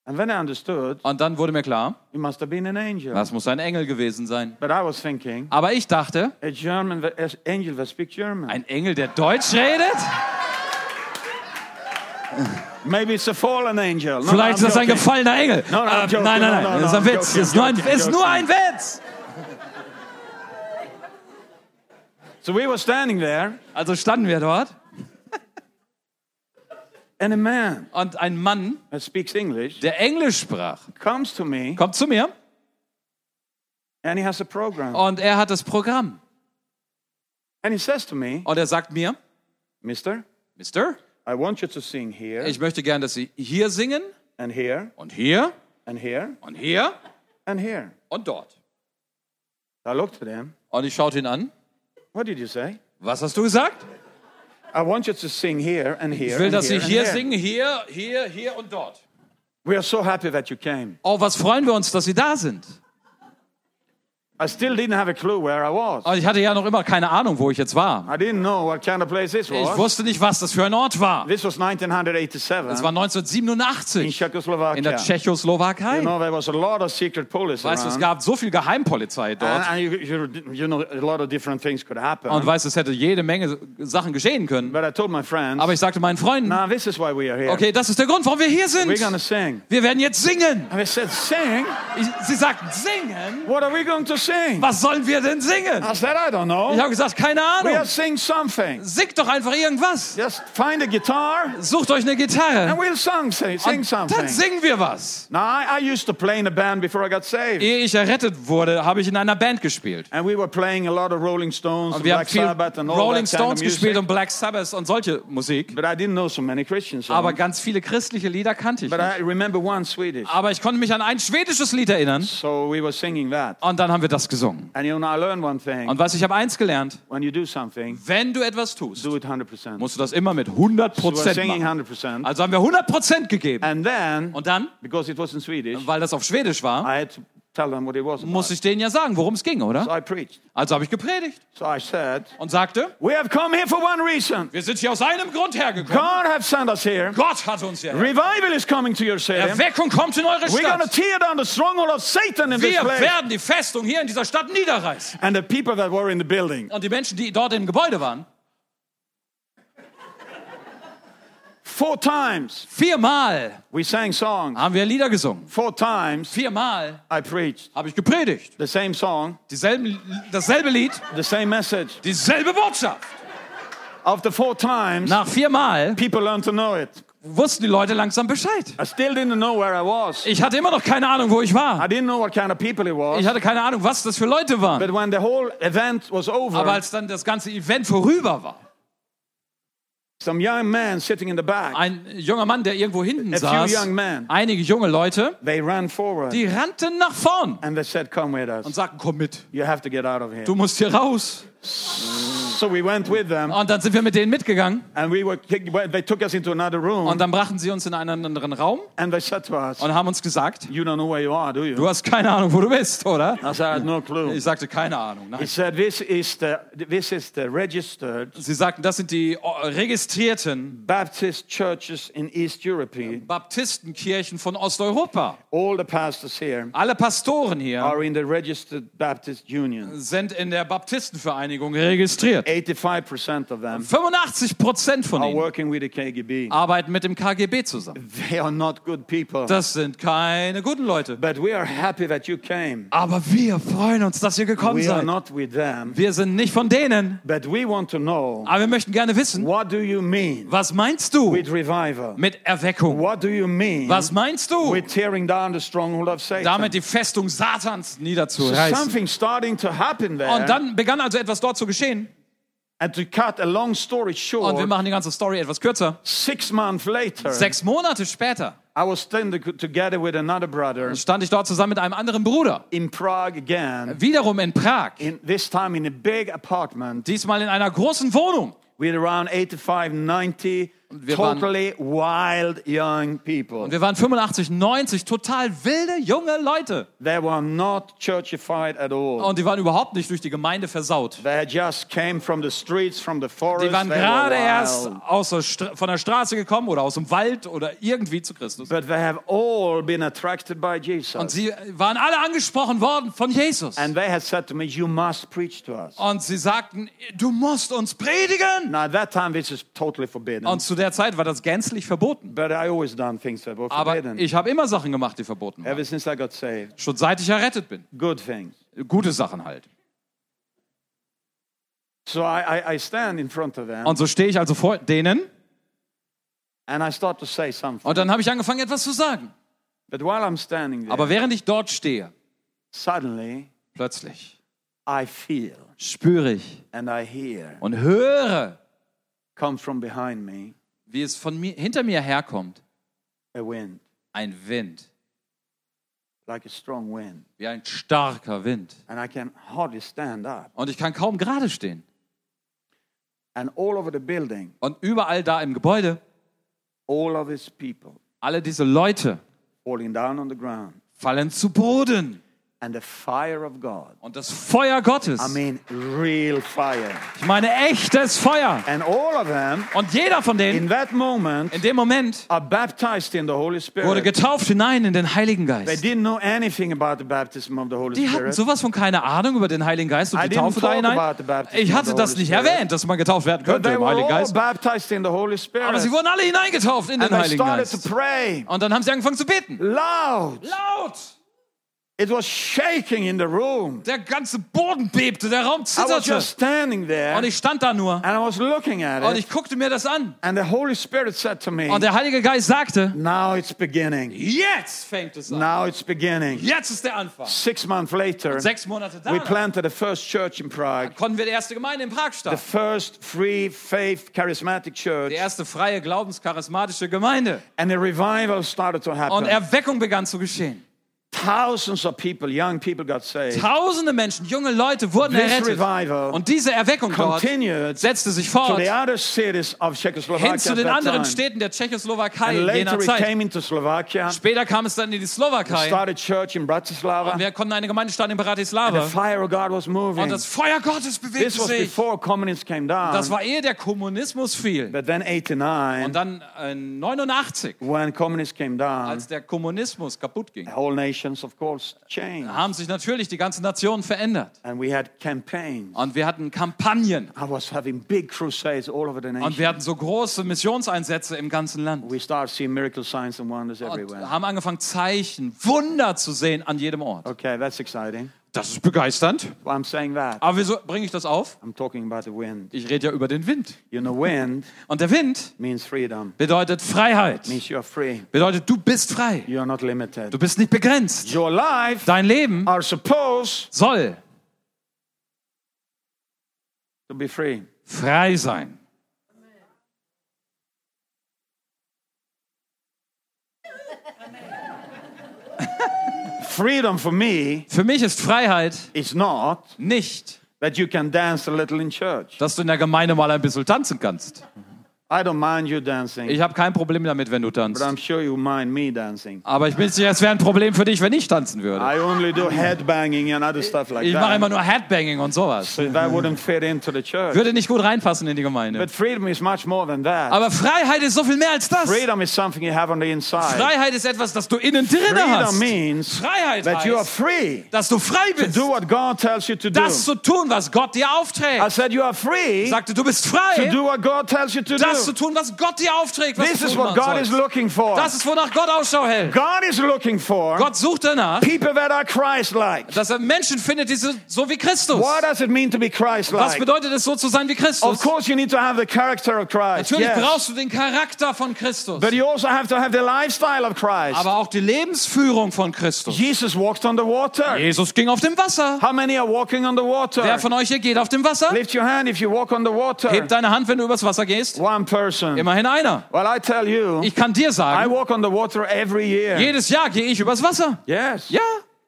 And then I understood
Und dann wurde mir klar,
he must have been an angel.
das muss ein Engel gewesen sein.
But I was thinking,
Aber ich dachte,
a German that- a- angel that speaks German.
ein Engel, der Deutsch redet?
Maybe it's a fallen angel. No,
Vielleicht ist
I'm
das ein
joking.
gefallener Engel.
No, no, I'm
Ähm,
joking.
nein, nein, nein,
No, no,
das ist ein
no, I'm
Witz.
joking,
Das ist nur ein,
joking,
ist nur
joking.
ein Witz.
So we were standing there
Also standen wir dort
and a man
und ein Mann,
that speaks English
der Englisch sprach,
comes to me
kommt zu mir
and he has a program.
und er hat das Programm.
And he says to me,
Und er sagt mir,
Mister,
Mister,
I want you to sing here
ich möchte gern, dass Sie hier singen
and here
und hier
and here
und hier
and here.
und dort.
I looked at him.
Und ich schaute ihn an.
What did you say?
Was hast du gesagt?
I want you to sing here and here.
Ich will,
and
dass Sie
here and
hier
there."
singen, hier, hier, hier und dort.
We are so happy that you came.
Oh, was freuen wir uns, dass Sie da sind.
I still didn't have a clue where I was.
Und ich hatte ja noch immer keine Ahnung, wo ich jetzt war.
I didn't know what kind of place this
Ich
was.
wusste nicht, was das für ein Ort war.
This was
Es
1987
war
in
1987 in
Czechoslovakia.
der Tschechoslowakei.
You know, there was a lot of secret police
Weißt du, es
around.
gab so viel Geheimpolizei
And,
dort.
and you, you, you know, a lot of different things could happen.
Und weißt, du, es hätte jede Menge Sachen geschehen können.
But I told my friends,
Aber ich sagte meinen Freunden,
now this is why we are here.
okay, das ist der Grund, warum wir hier
We're going to
sind.
sing.
Wir werden jetzt singen.
And they said, sing?
Ich, sie sagten, singen?
What are we going to sing?
Was sollen wir denn singen?
I said, I don't
Ich
know.
habe gesagt, keine
We are
Ahnung.
sing something.
Singt doch einfach irgendwas.
Just find a guitar
Sucht euch eine Gitarre.
and we'll sing, sing, sing
Und dann
something.
singen wir was.
Now, I, I used to play in a band before I got saved.
Ehe ich errettet wurde, habe ich in einer Band gespielt.
And we were playing a lot of Rolling Stones,
Und
and
wir haben
Black
viel
Sabbath, and all
Rolling
that kind
Stones
of
gespielt
music.
und Black Sabbath und solche Musik.
But I didn't know so many Christian
Aber
songs.
ganz viele christliche Lieder kannte ich
Genau. But
nicht.
I remember one Swedish.
Aber ich konnte mich an ein schwedisches Lied erinnern.
So we were singing that.
Und dann haben wir das gesungen.
And you know, I learned one thing.
Und was ich habe eins gelernt,
When you do something,
wenn du etwas tust,
do it 100%.
musst du das immer mit
So we were
100%
singing
machen.
100%.
Also haben wir 100% gegeben.
And then,
Und dann,
because it was in Swedish,
weil das auf Schwedisch war,
I had to tell them what it was about.
muss ich denen ja sagen, worum es ging,
So
oder?
I preached.
Also habe ich gepredigt
So I said,
und sagte,
We have come here for one reason.
wir sind hier aus einem Grund hergekommen.
God have sent us here.
Gott hat uns ja.
Revival is coming to your city.
Erweckung kommt in eure
We're going to
Stadt.
tear down the stronghold of Satan in this
Wir
place.
werden die Festung hier in dieser Stadt niederreißen.
And the people that were in the building,
Und die Menschen, die dort im Gebäude waren,
four times
viermal
we sang songs.
haben wir Lieder gesungen.
Four times
Viermal
I preached
habe ich gepredigt.
the same song,
Dieselben, dasselbe Lied,
the same message.
dieselbe Botschaft.
After four times,
Nach viermal
people learned to know it.
wussten die Leute langsam Bescheid.
I still didn't know where I was.
Ich hatte immer noch keine Ahnung, wo ich
I
war.
didn't know what kind of people it was.
Ich hatte keine Ahnung, was das für Leute waren.
But when the whole event was over,
Aber als dann das ganze Event vorüber war,
some young man sitting in the back,
ein junger Mann, der irgendwo hinten
a few
saß,
young men,
einige junge Leute,
they ran forward
die rannten nach vorn
and they said, "Come with us.
und sagten, komm mit,
You have to get out of here."
du musst hier raus.
So we went with them,
Und dann sind wir mit denen mitgegangen
and we were. kicked- well, They took us into another
und
room,
dann brachten sie uns in einen anderen Raum
and they said to us,
und haben uns gesagt,
"You don't know where you are, do you?"
du hast keine Ahnung, wo du bist, oder?
I said, "I had no clue."
Ich sagte, keine Ahnung.
He
Nein.
said, "This is the this is the registered
Sie sagten, das sind die oh, registrierten
Baptist churches in East Europe.
Baptistenkirchen von Osteuropa.
All the pastors here
Alle Pastoren hier
are in the registered Baptist union.
sind in der Baptistenvereinigung registriert.
85% of them
85 Prozent von
are
ihnen
working with the KGB.
arbeiten mit dem KGB zusammen.
They are not good people.
Das sind keine guten Leute.
But we are happy that you came.
Aber wir freuen uns, dass ihr gekommen
We are
seid.
not with them.
Wir sind nicht von denen,
But we want to know
aber wir möchten gerne wissen,
what do you mean
was meinst du
with revival?
mit Erweckung?
What do you mean
Was meinst du
with tearing down the stronghold of Satan?
damit die Festung Satans
So
niederzureißen?
something starting to happen there.
Und dann begann also etwas dort zu geschehen.
and to cut a long story
Und wir
short,
machen die ganze Story etwas kürzer.
six months later,
Sechs Monate später
I was standing together with another brother
stand ich dort zusammen mit einem anderen Bruder,
in Prague again.
wiederum in Prag,
In, this time in a big apartment
diesmal in einer großen Wohnung.
with around 85, 90
wir waren-
totally wild young people.
Und wir waren 85, 90, total wilde junge Leute.
They were not churchified at all.
Und die waren überhaupt nicht durch die Gemeinde versaut.
They had just came from the streets, from the forest.
Die waren
They were
gerade erst
wild.
aus der Stra- von der Straße gekommen oder aus dem Wald oder irgendwie zu Christus.
But they have all been attracted by Jesus.
Und sie waren alle angesprochen worden von Jesus.
and they had said to me, You must preach to us.
Und sie sagten, du musst uns predigen.
Now, at that time, this is totally forbidden.
Und zu der Zeit war das gänzlich verboten.
but I always done things that were
Aber
forbidden.
ich habe immer Sachen gemacht, die verboten waren.
Ever since I got saved,
Schon seit ich errettet bin.
good things.
Gute Sachen halt.
So I, I, I stand in front of them
Und so stehe ich also vor denen.
and I start to say something.
Und dann habe ich angefangen, etwas zu sagen.
But while I'm standing there,
Aber während ich dort stehe,
suddenly
plötzlich
I feel
spüre ich
and I hear
und höre,
come from behind me
wie es von mir, hinter mir herkommt,
a wind,
ein Wind,
like a strong wind.
wie ein starker Wind.
And I can hardly stand up.
Und ich kann kaum gerade stehen.
And all over the building,
Und überall da im Gebäude,
all of his people
alle diese Leute
falling down on the ground.
fallen zu Boden.
And the fire of God,
Und das Feuer Gottes,
I mean, real fire.
ich meine echtes Feuer.
And all of them,
Und jeder von denen
in that moment,
in dem Moment
are baptized in the Holy
wurde
Spirit.
getauft hinein in den Heiligen
They
Geist.
didn't know anything about the baptism of the Holy
Die hatten
Spirit.
sowas von keine Ahnung über den Heiligen Geist und
I
die
didn't
Taufe da
talk
hinein.
about the baptism
Ich hatte
of the
das
Holy
nicht
Spirit.
erwähnt, dass man getauft werden
But
könnte
they
im
were
Heiligen
all
Geist.
baptized in the Holy Spirit.
Aber sie wurden alle hineingetauft in
and
den
they
Heiligen
started to
Geist.
pray
Und dann haben sie angefangen zu beten.
loud.
Laut!
It was shaking in the room.
Der ganze Boden bebte, der Raum
I was
zitterte.
just standing there
Und
and
ich stand da nur
I was looking at
und
it.
ich guckte mir das an.
And the Holy Spirit said to me,
Und der Heilige Geist sagte,
Now it's beginning.
jetzt fängt es an.
Now it's beginning.
Jetzt ist der Anfang.
Six months later,
Sechs Monate
we
danach
planted the first church in Prague,
konnten wir die erste Gemeinde in Prag starten.
the first free faith charismatic
Die
church,
erste freie, glaubenscharismatische Gemeinde.
and the revival started to
Und
happen.
Erweckung begann zu geschehen.
Thousands of people, young people, got saved.
Tausende Menschen, junge Leute wurden
This
errettet.
revival
Und diese Erweckung dort
continued
setzte sich
to
fort
the other cities of
hin
Czechoslovakia
zu
at
den
that
anderen
time.
Städten der Tschechoslowakei
And
in
later
jener
we
Zeit.
came into Slovakia,
Später kam es dann in die Slowakei.
started church in Bratislava.
Wir konnten eine Gemeinde starten in
The
Bratislava.
fire of God was
Und
moving.
das Feuer Gottes bewegte
This was
sich.
before communism came
Das
down.
war ehe der Kommunismus fiel.
But then
Und
89,
dann äh, 89,
when communism came down,
als der Kommunismus kaputt ging,
whole nations, of course, changed.
haben sich natürlich die ganzen Nationen verändert.
And we had campaigns.
Und wir hatten Kampagnen.
I was having big crusades all over the
Und
nation.
wir hatten so große Missionseinsätze im ganzen Land.
We started seeing miracle signs and wonders
Und
everywhere.
haben angefangen, Zeichen, Wunder zu sehen an jedem Ort.
Okay, that's exciting.
Das ist begeisternd.
Well, I'm saying that.
Aber wieso bringe ich das auf?
I'm talking about the wind.
Ich rede ja über den Wind.
You know, wind
Und der Wind
means freedom.
bedeutet Freiheit.
Means you're free.
Bedeutet, du bist frei.
You're not limited.
Du bist nicht begrenzt.
Your life
Dein Leben
are supposed
soll
to be free.
frei sein.
Freedom for me
Für mich ist Freiheit
is not
nicht,
that you can dance a little in church.
dass du in der Gemeinde mal ein bisschen tanzen kannst.
I don't mind you dancing,
Ich habe kein Problem damit, wenn du
but
tanzt.
I'm sure you mind me dancing.
Aber ich bin sicher, es wäre ein Problem für dich, wenn ich tanzen würde.
I only do headbanging and other stuff like
Ich mache
that.
immer nur Headbanging und sowas.
So that wouldn't fit into the church.
Würde nicht gut reinpassen in die Gemeinde.
But freedom is much more than that.
Aber Freiheit ist so viel mehr als das.
Freedom is something you have on the inside.
Freiheit ist etwas, das du innen drin
Freedom
hast.
means
Freiheit
that you are
heißt,
free.
dass du frei bist,
Do what God tells you to do.
das zu tun, was Gott dir
I
aufträgt.
said you are free
Sagte, du bist
to
frei,
do what God tells you to
das zu
do.
tun, was Gott dir aufträgt. Was
This
du
is
tun
what
sollst.
God is looking for.
Das ist, wonach Gott Ausschau hält.
God is looking for
Gott sucht danach,
people that are Christ-like.
dass er Menschen findet, die so, so wie Christus.
What does it mean to be
Was
Christ-like?
bedeutet es, so zu sein wie
Of
Christus?
course, you need to have the character of Christ.
Natürlich
yes.
brauchst du den Charakter von Christus,
But you also have to have the lifestyle of Christ.
aber auch die Lebensführung von Christus.
Jesus walked on the water.
Jesus ging auf dem Wasser.
How many are walking on the water?
Wer von euch hier geht auf dem Wasser?
Lift your hand if you walk on the water.
Heb deine Hand, wenn du übers Wasser gehst.
One person.
Immerhin einer.
Well, I tell you,
Ich kann dir
I
sagen,
walk on the water every year.
jedes Jahr gehe ich übers Wasser.
Yes.
Ja,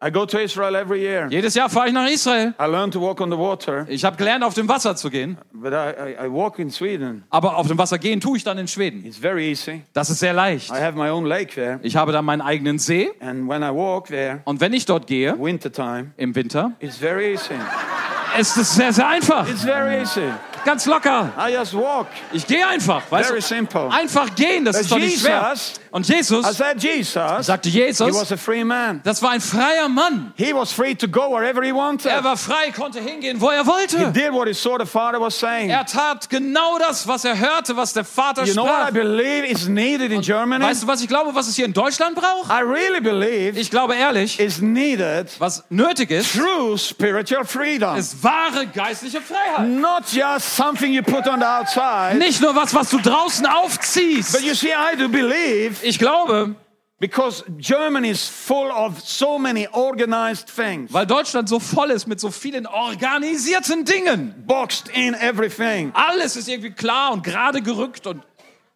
I go to Israel every year.
jedes Jahr fahre ich nach Israel.
I learn to walk on the water,
Ich habe gelernt, auf dem Wasser zu gehen,
but I, I, I walk in Sweden.
aber auf dem Wasser gehen tue ich dann in Schweden.
It's very easy.
Das ist sehr leicht.
I have my own lake there,
Ich habe da meinen eigenen See
and when I walk there,
und wenn ich dort gehe,
wintertime,
im Winter,
it's very easy.
ist es sehr, sehr einfach.
It's very easy.
Ganz locker.
I just walk.
Ich gehe einfach. Weißt
Very
du?
simple.
Einfach gehen, das ist doch nicht schwer.
Jesus,
Und
I
Jesus,
said Jesus,
sagte
he
Jesus,
was a free man.
das war ein freier Mann.
He was free to go wherever he
Er
wanted.
war frei, konnte hingehen, wo er
He
wollte.
did what his sort of father was saying.
Er tat genau das, was er hörte, was der Vater
You know what I
sprach.
believe is needed in Germany?
Weißt du, was ich glaube, was es hier in Deutschland braucht?
I really believe
Ich glaube ehrlich,
is needed
was nötig ist,
true spiritual freedom.
ist wahre geistliche Freiheit.
Not just something you put on the outside.
Nicht nur was, was du draußen
But
aufziehst.
you see, I do believe
Ich glaube,
because Germany is full of so many organized things,
weil Deutschland so voll ist mit so vielen organisierten Dingen.
boxed in everything.
Alles ist irgendwie klar und gerade gerückt und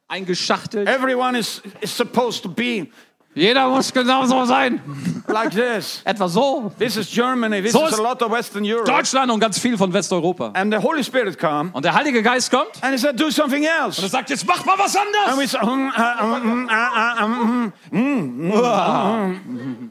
eingeschachtelt.
Everyone is, is supposed to be
Jeder muss genau so sein.
like this.
Etwa so.
This is Germany. This
So
is
ist-
a lot of Western Europe.
Deutschland und ganz viel von Westeuropa.
And the Holy Spirit come
Und der Heilige Geist kommt
and he said, do something
und
else.
sagt, jetzt mach mal was
And
anderes.
we said, mm, uh, mm, mm, uh, uh, mm, mm, mm, mm, mm,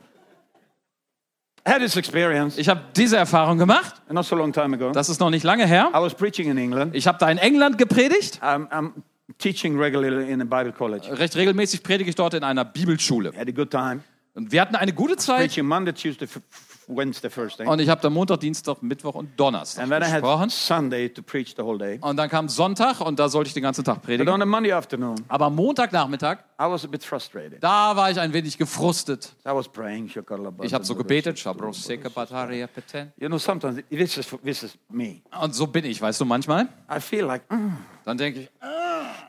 mm. had this experience
Ich habe diese Erfahrung gemacht.
not so long time ago.
Das ist noch nicht lange her.
I was preaching in England.
Ich habe da in England gepredigt.
I'm, I'm teaching regularly in a Bible college.
Recht regelmäßig predige ich dort in einer Bibelschule.
Had a good time.
Und wir hatten eine gute Zeit.
Preaching Monday, Tuesday, f- f- Wednesday, Thursday.
Und ich habe dann Montag, Dienstag, Mittwoch und Donnerstag
And then I had
gesprochen.
Sunday to preach the whole day.
Und dann kam Sonntag und da sollte ich den ganzen Tag
But
predigen.
on a Monday afternoon,
Aber Montagnachmittag,
I was a bit frustrated.
da war ich ein wenig gefrustet.
I was praying. "Shakalabata
Ich habe so
Buddha
gebetet.
Sutta
Shabroseka
Buddha Sutta."
Bataria Peten.
You know, sometimes this is, this is me.
Und so bin ich, weißt du, manchmal.
I feel like "Mm,
Dann denke ich,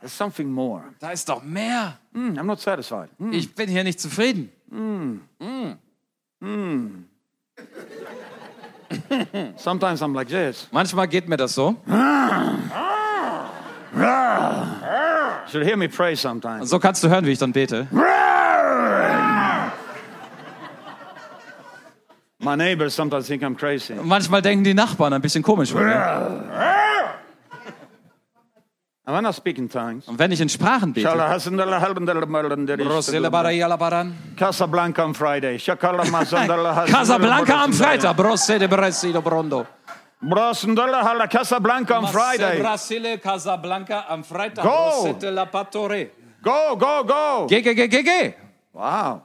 there's something more.
da ist doch mehr.
Mm, I'm not satisfied. Mm.
Ich bin hier nicht zufrieden.
Sometimes I'm like this.
Manchmal geht mir das
You
so.
should hear me pray sometimes.
So kannst du hören, wie ich dann bete.
My neighbors sometimes think I'm crazy.
Und Manchmal denken die Nachbarn ein bisschen komisch. von mir.
And when I speak in tongues,
Und wenn ich in Sprachen bete.
Casablanca on Friday.
Casablanca
Casablanca
am Freitag. Brosse de Brasido Brondo.
Casablanca on Friday.
Brasile Casablanca am Freitag.
Go!
Brosse de la Patore.
Go, go, go.
Geh, geh, geh, geh, geh.
Wow.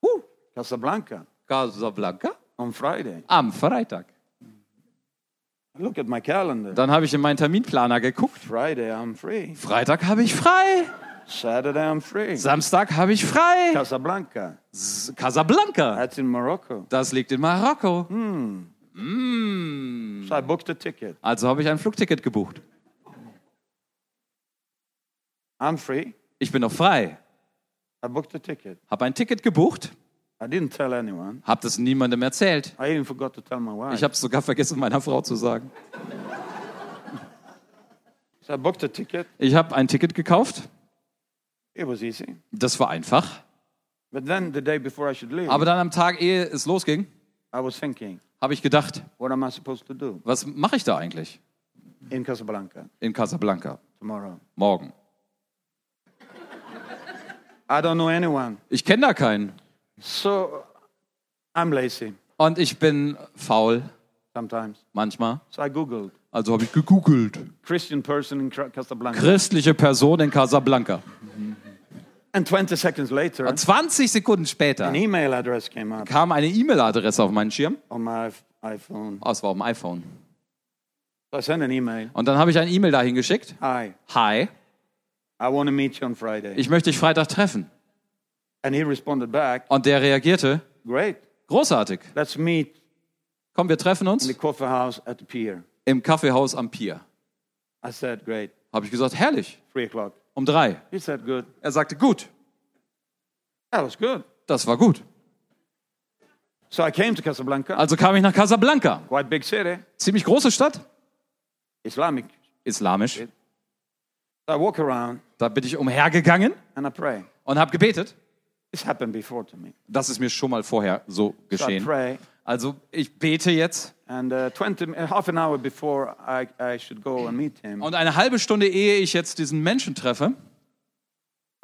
Uh,
Casablanca
Casablanca
on Friday.
am Freitag.
Look at my calendar.
Dann habe ich in meinen Terminplaner geguckt.
Friday I'm free.
Freitag habe ich frei.
Saturday I'm free.
Samstag habe ich frei.
Casablanca.
S- Casablanca.
That's in Morocco.
Das liegt in Marokko.
So I booked a ticket.
Also habe ich ein Flugticket gebucht.
I'm free.
Ich bin noch frei.
I booked a ticket.
Habe ein Ticket gebucht.
I didn't tell anyone.
Habe das niemandem erzählt.
I even forgot to tell my wife.
Ich habe es sogar vergessen, meiner Frau zu sagen.
So I booked a ticket.
Ich habe ein Ticket gekauft.
It was easy.
Das war einfach.
But then the day before I should leave,
Aber dann am Tag, ehe es losging,
I was thinking,
habe ich gedacht,
what am I supposed to do
was mache ich da eigentlich
in Casablanca
in Casablanca
tomorrow?
morgen?
I don't know anyone.
Ich kenne da keinen.
So I'm lazy
Und ich bin faul
sometimes.
manchmal.
So I Googled
Also habe ich gegoogelt.
Christian person in Cra- Casablanca.
Christliche Person in Casablanca.
And 20 seconds later,
Und 20 Sekunden später
an email address came up
kam eine E-Mail-Adresse auf meinen Schirm.
on my f- iPhone.
Oh, es war auf dem iPhone.
So I sent an email.
Und dann habe ich eine E-Mail dahin geschickt.
Hi, I
Hi,
want to meet you on Friday.
ich möchte dich Freitag treffen.
And he responded back,
Und der reagierte,
Great,
großartig.
let's meet
Komm, wir treffen
in the
uns
coffee house at the pier.
im Kaffeehaus am Pier.
I said, Great,
Habe ich gesagt, herrlich,
three o'clock.
um drei.
He said, Good.
Er sagte, gut,
That was good.
das war gut.
So I came to Casablanca,
Also kam ich nach Casablanca.
quite big city,
Ziemlich große Stadt,
Islamic.
islamisch.
I walk around
Da bin ich umhergegangen
and I pray.
und habe gebetet.
This happened before to me.
Das ist mir schon mal vorher so
So I
geschehen.
pray.
Also ich bete jetzt
And uh, 20, uh, half an hour before I, I should go and meet him,
und eine halbe Stunde ehe ich jetzt diesen Menschen treffe,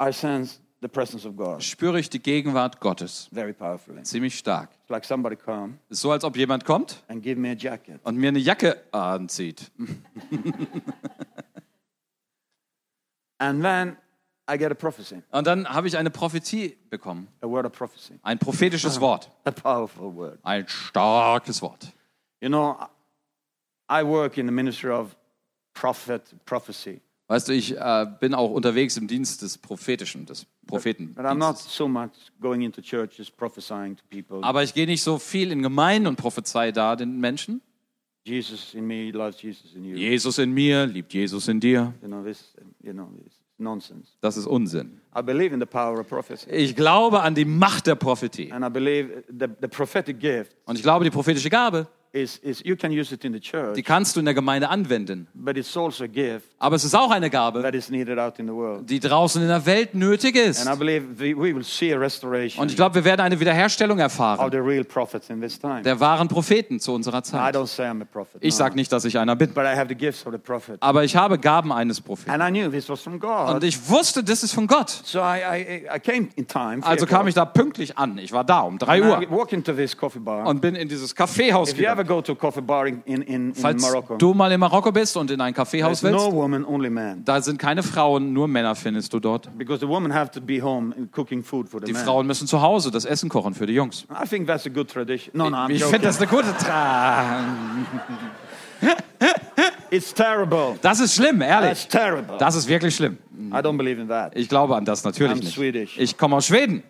I sense the presence of God
spüre ich die Gegenwart Gottes.
very powerfully. It's
Ziemlich stark.
like somebody come
Ist so, als ob jemand kommt
and give me a jacket.
und mir eine Jacke anzieht.
And then I get a prophecy,
Und dann habe ich eine Prophetie bekommen.
a word of prophecy,
Ein prophetisches Wort.
a powerful word.
Ein starkes Wort.
You know, I- I work in the ministry of prophet prophecy,
Weißt du, ich äh, bin auch unterwegs im Dienst des Prophetischen, des Propheten.
but I'm not so much going into churches prophesying to people.
Aber ich gehe nicht so viel in Gemeinden und prophezei da den Menschen.
Jesus in me loves Jesus in you.
Jesus in mir, liebt Jesus in dir.
You know this. You know this nonsense.
Das ist Unsinn.
I believe in the power of prophecy,
Ich glaube an die Macht der Prophetie.
and I believe the, the prophetic gift
Und ich glaube, die prophetische Gabe,
is, is you can use it in the church,
die kannst du in der Gemeinde anwenden.
but it's also a gift
Aber es ist auch eine Gabe,
that is needed out in the world.
die draußen in der Welt nötig ist.
And I believe we, we will see a restoration
Und ich glaube, wir werden eine Wiederherstellung
of
erfahren
the real prophets in this time.
der wahren Propheten zu unserer
I
Zeit.
don't say I'm a prophet,
Ich
no.
sage nicht, dass ich einer bin,
but I have the gifts of the prophet.
aber ich habe Gaben eines Propheten.
And I knew this was from God.
Und ich wusste, das ist von Gott.
so I, I, I came in time.
Also
three
kam ich da pünktlich an. Ich war da um 3
o'clock. And I
Uhr
walk into this coffee bar.
und bin in dieses Kaffeehaus
if you ever
gegangen.
go to a coffee bar in, in, in, in
Falls
Morocco,
du mal in Marokko bist und in ein Kaffeehaus
there's no
willst,
woman, only man.
da sind keine Frauen, nur Männer findest du dort.
Because the women have to be home and cooking food for the
Die
men.
Frauen müssen zu Hause das Essen kochen für die Jungs.
I think that's a good tradition. No, no, I'm
Ich
joking.
finde das eine gute Tra.
It's terrible.
Das ist schlimm,
That's
ehrlich.
terrible.
Das ist wirklich schlimm.
I don't believe in that.
Ich glaube an das
I'm
natürlich
Swedish.
nicht. Ich komme aus Schweden.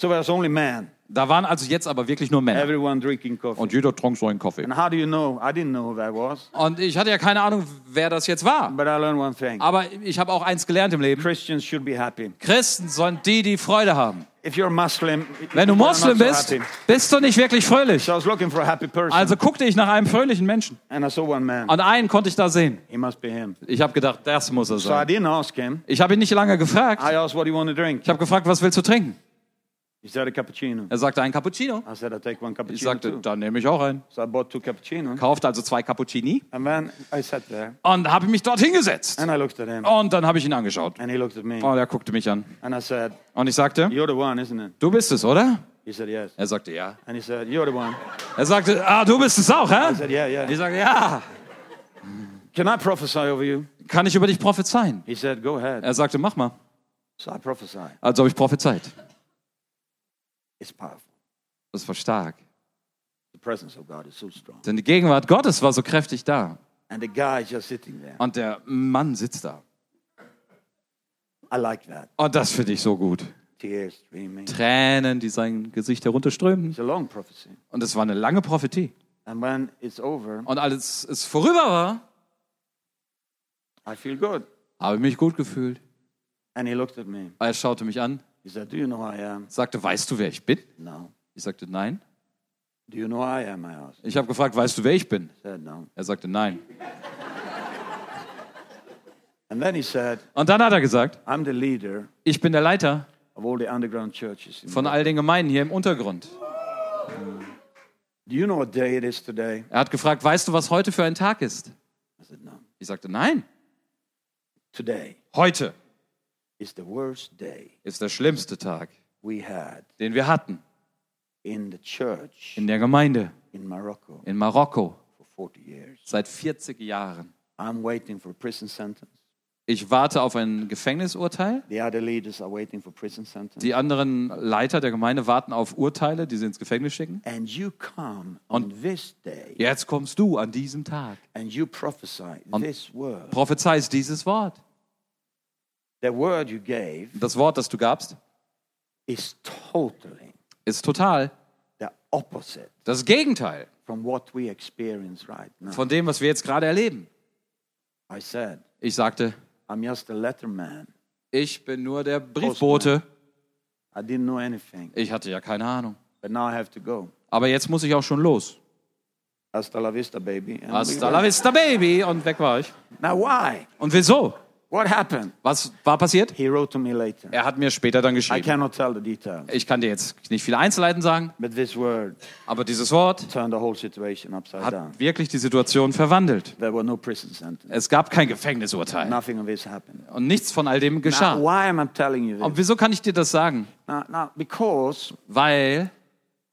So there's only man.
Da waren also jetzt aber wirklich nur Männer.
Everyone drinking coffee.
Und jeder trank so einen Kaffee.
And how do you know? I didn't know who that was.
Und ich hatte ja keine Ahnung, wer das jetzt war.
But I learned one thing.
Aber ich habe auch eins gelernt im Leben.
Christians should be happy.
Christen sind die, die Freude haben.
If you're a Muslim,
Wenn du
you're not
Moslem
so
bist,
happy.
bist du nicht wirklich fröhlich.
So I was looking for a happy person,
Also guckte ich nach einem fröhlichen Menschen.
and I saw one man.
Und einen konnte ich da sehen.
He must be him.
Ich habe gedacht, das muss er
So I
sein.
didn't ask him.
Ich habe ihn nicht lange gefragt.
I asked, "What do you want to drink?"
Ich habe gefragt, was willst du trinken?
He said, "A cappuccino."
Er sagte, ein Cappuccino.
I said, "I take one Ah,
Ich
cappuccino
sagte,
too."
dann nehme ich auch einen.
So I bought two cappuccinos,
Kaufte also zwei Cappuccini
and then I sat there,
und habe mich dort hingesetzt.
and I looked at him,
Und dann habe ich ihn angeschaut.
and he looked at me,
Und er guckte mich an.
and I said,
Und ich sagte,
"You're the one, isn't it?"
du bist es, oder?
He said, "Yes."
Er sagte, ja.
And he said, "You're the one."
Er sagte, ah, du bist es auch,
I
hä?
said, "Yeah, yeah."
Ich sagte, ja.
Can I prophesy over you?
Kann ich über dich prophezeien?
He said, "Go ahead."
Er sagte, mach mal.
So I prophesy.
Also habe ich prophezeit.
It's powerful.
Das war stark.
The presence of God is so strong.
Denn die Gegenwart Gottes war so kräftig da.
And the guy is just sitting there.
Und der Mann sitzt da.
I like that.
Und das finde ich so gut.
Tears streaming.
Tränen, die sein Gesicht herunterströmen.
It's a long prophecy.
Und es war eine lange Prophetie.
And when it's over,
Und als es vorüber war,
I feel good.
habe ich mich gut gefühlt.
And he looked at me.
Er schaute mich an,
He said, Do you know who I am?
sagte, weißt du, wer ich bin?
No.
Ich sagte, nein.
Do you know who I am? I asked.
Ich habe gefragt, weißt du, wer ich bin?
He said, No.
Er sagte, nein.
And then he said,
Und dann hat er gesagt,
I'm the leader
ich bin der Leiter
of all the underground churches. in
von
Europe.
all den Gemeinden hier im Untergrund.
Do you know what day it is today?
Er hat gefragt, weißt du, was heute für ein Tag ist?
I said, No.
Ich sagte, nein.
Today
Heute.
is the worst day
ist der schlimmste Tag,
we had
den wir hatten
in the church
in der Gemeinde
in Morocco
in Marokko
for 40 years.
seit 40 Jahren.
I'm waiting for a prison sentence.
Ich warte auf ein Gefängnisurteil.
The other leaders are waiting for prison sentence.
Die anderen Leiter der Gemeinde warten auf Urteile, die sie ins Gefängnis schicken.
and you come on this day
Jetzt kommst du an diesem Tag.
and you prophesy this word.
Prophezeist dieses Wort.
The word you gave
Das Wort, das du gabst,
is totally
ist total
the opposite
das Gegenteil
from what we experience right now.
von dem, was wir jetzt gerade erleben.
I said,
Ich sagte,
I'm just a letter man.
ich bin nur der Briefbote.
I didn't know anything,
Ich hatte ja keine Ahnung.
but now I have to go.
Aber jetzt muss ich auch schon los.
Hasta la vista, baby. And we
Hasta
went.
la vista, Baby. Und weg war ich.
Now, why?
Und wieso?
What happened?
Was war passiert?
He wrote to me later.
Er hat mir später dann
I
geschrieben.
cannot tell the details,
Ich kann dir jetzt nicht viele Einzelheiten sagen,
but this word
aber dieses Wort
turned the whole situation upside down.
hat wirklich die Situation verwandelt.
There were no prison sentences.
Es gab kein Gefängnisurteil
Nothing of this happened.
und nichts von all dem
Now,
geschah.
why am I telling you this?
Und wieso kann ich dir das sagen?
Now, now, because
Weil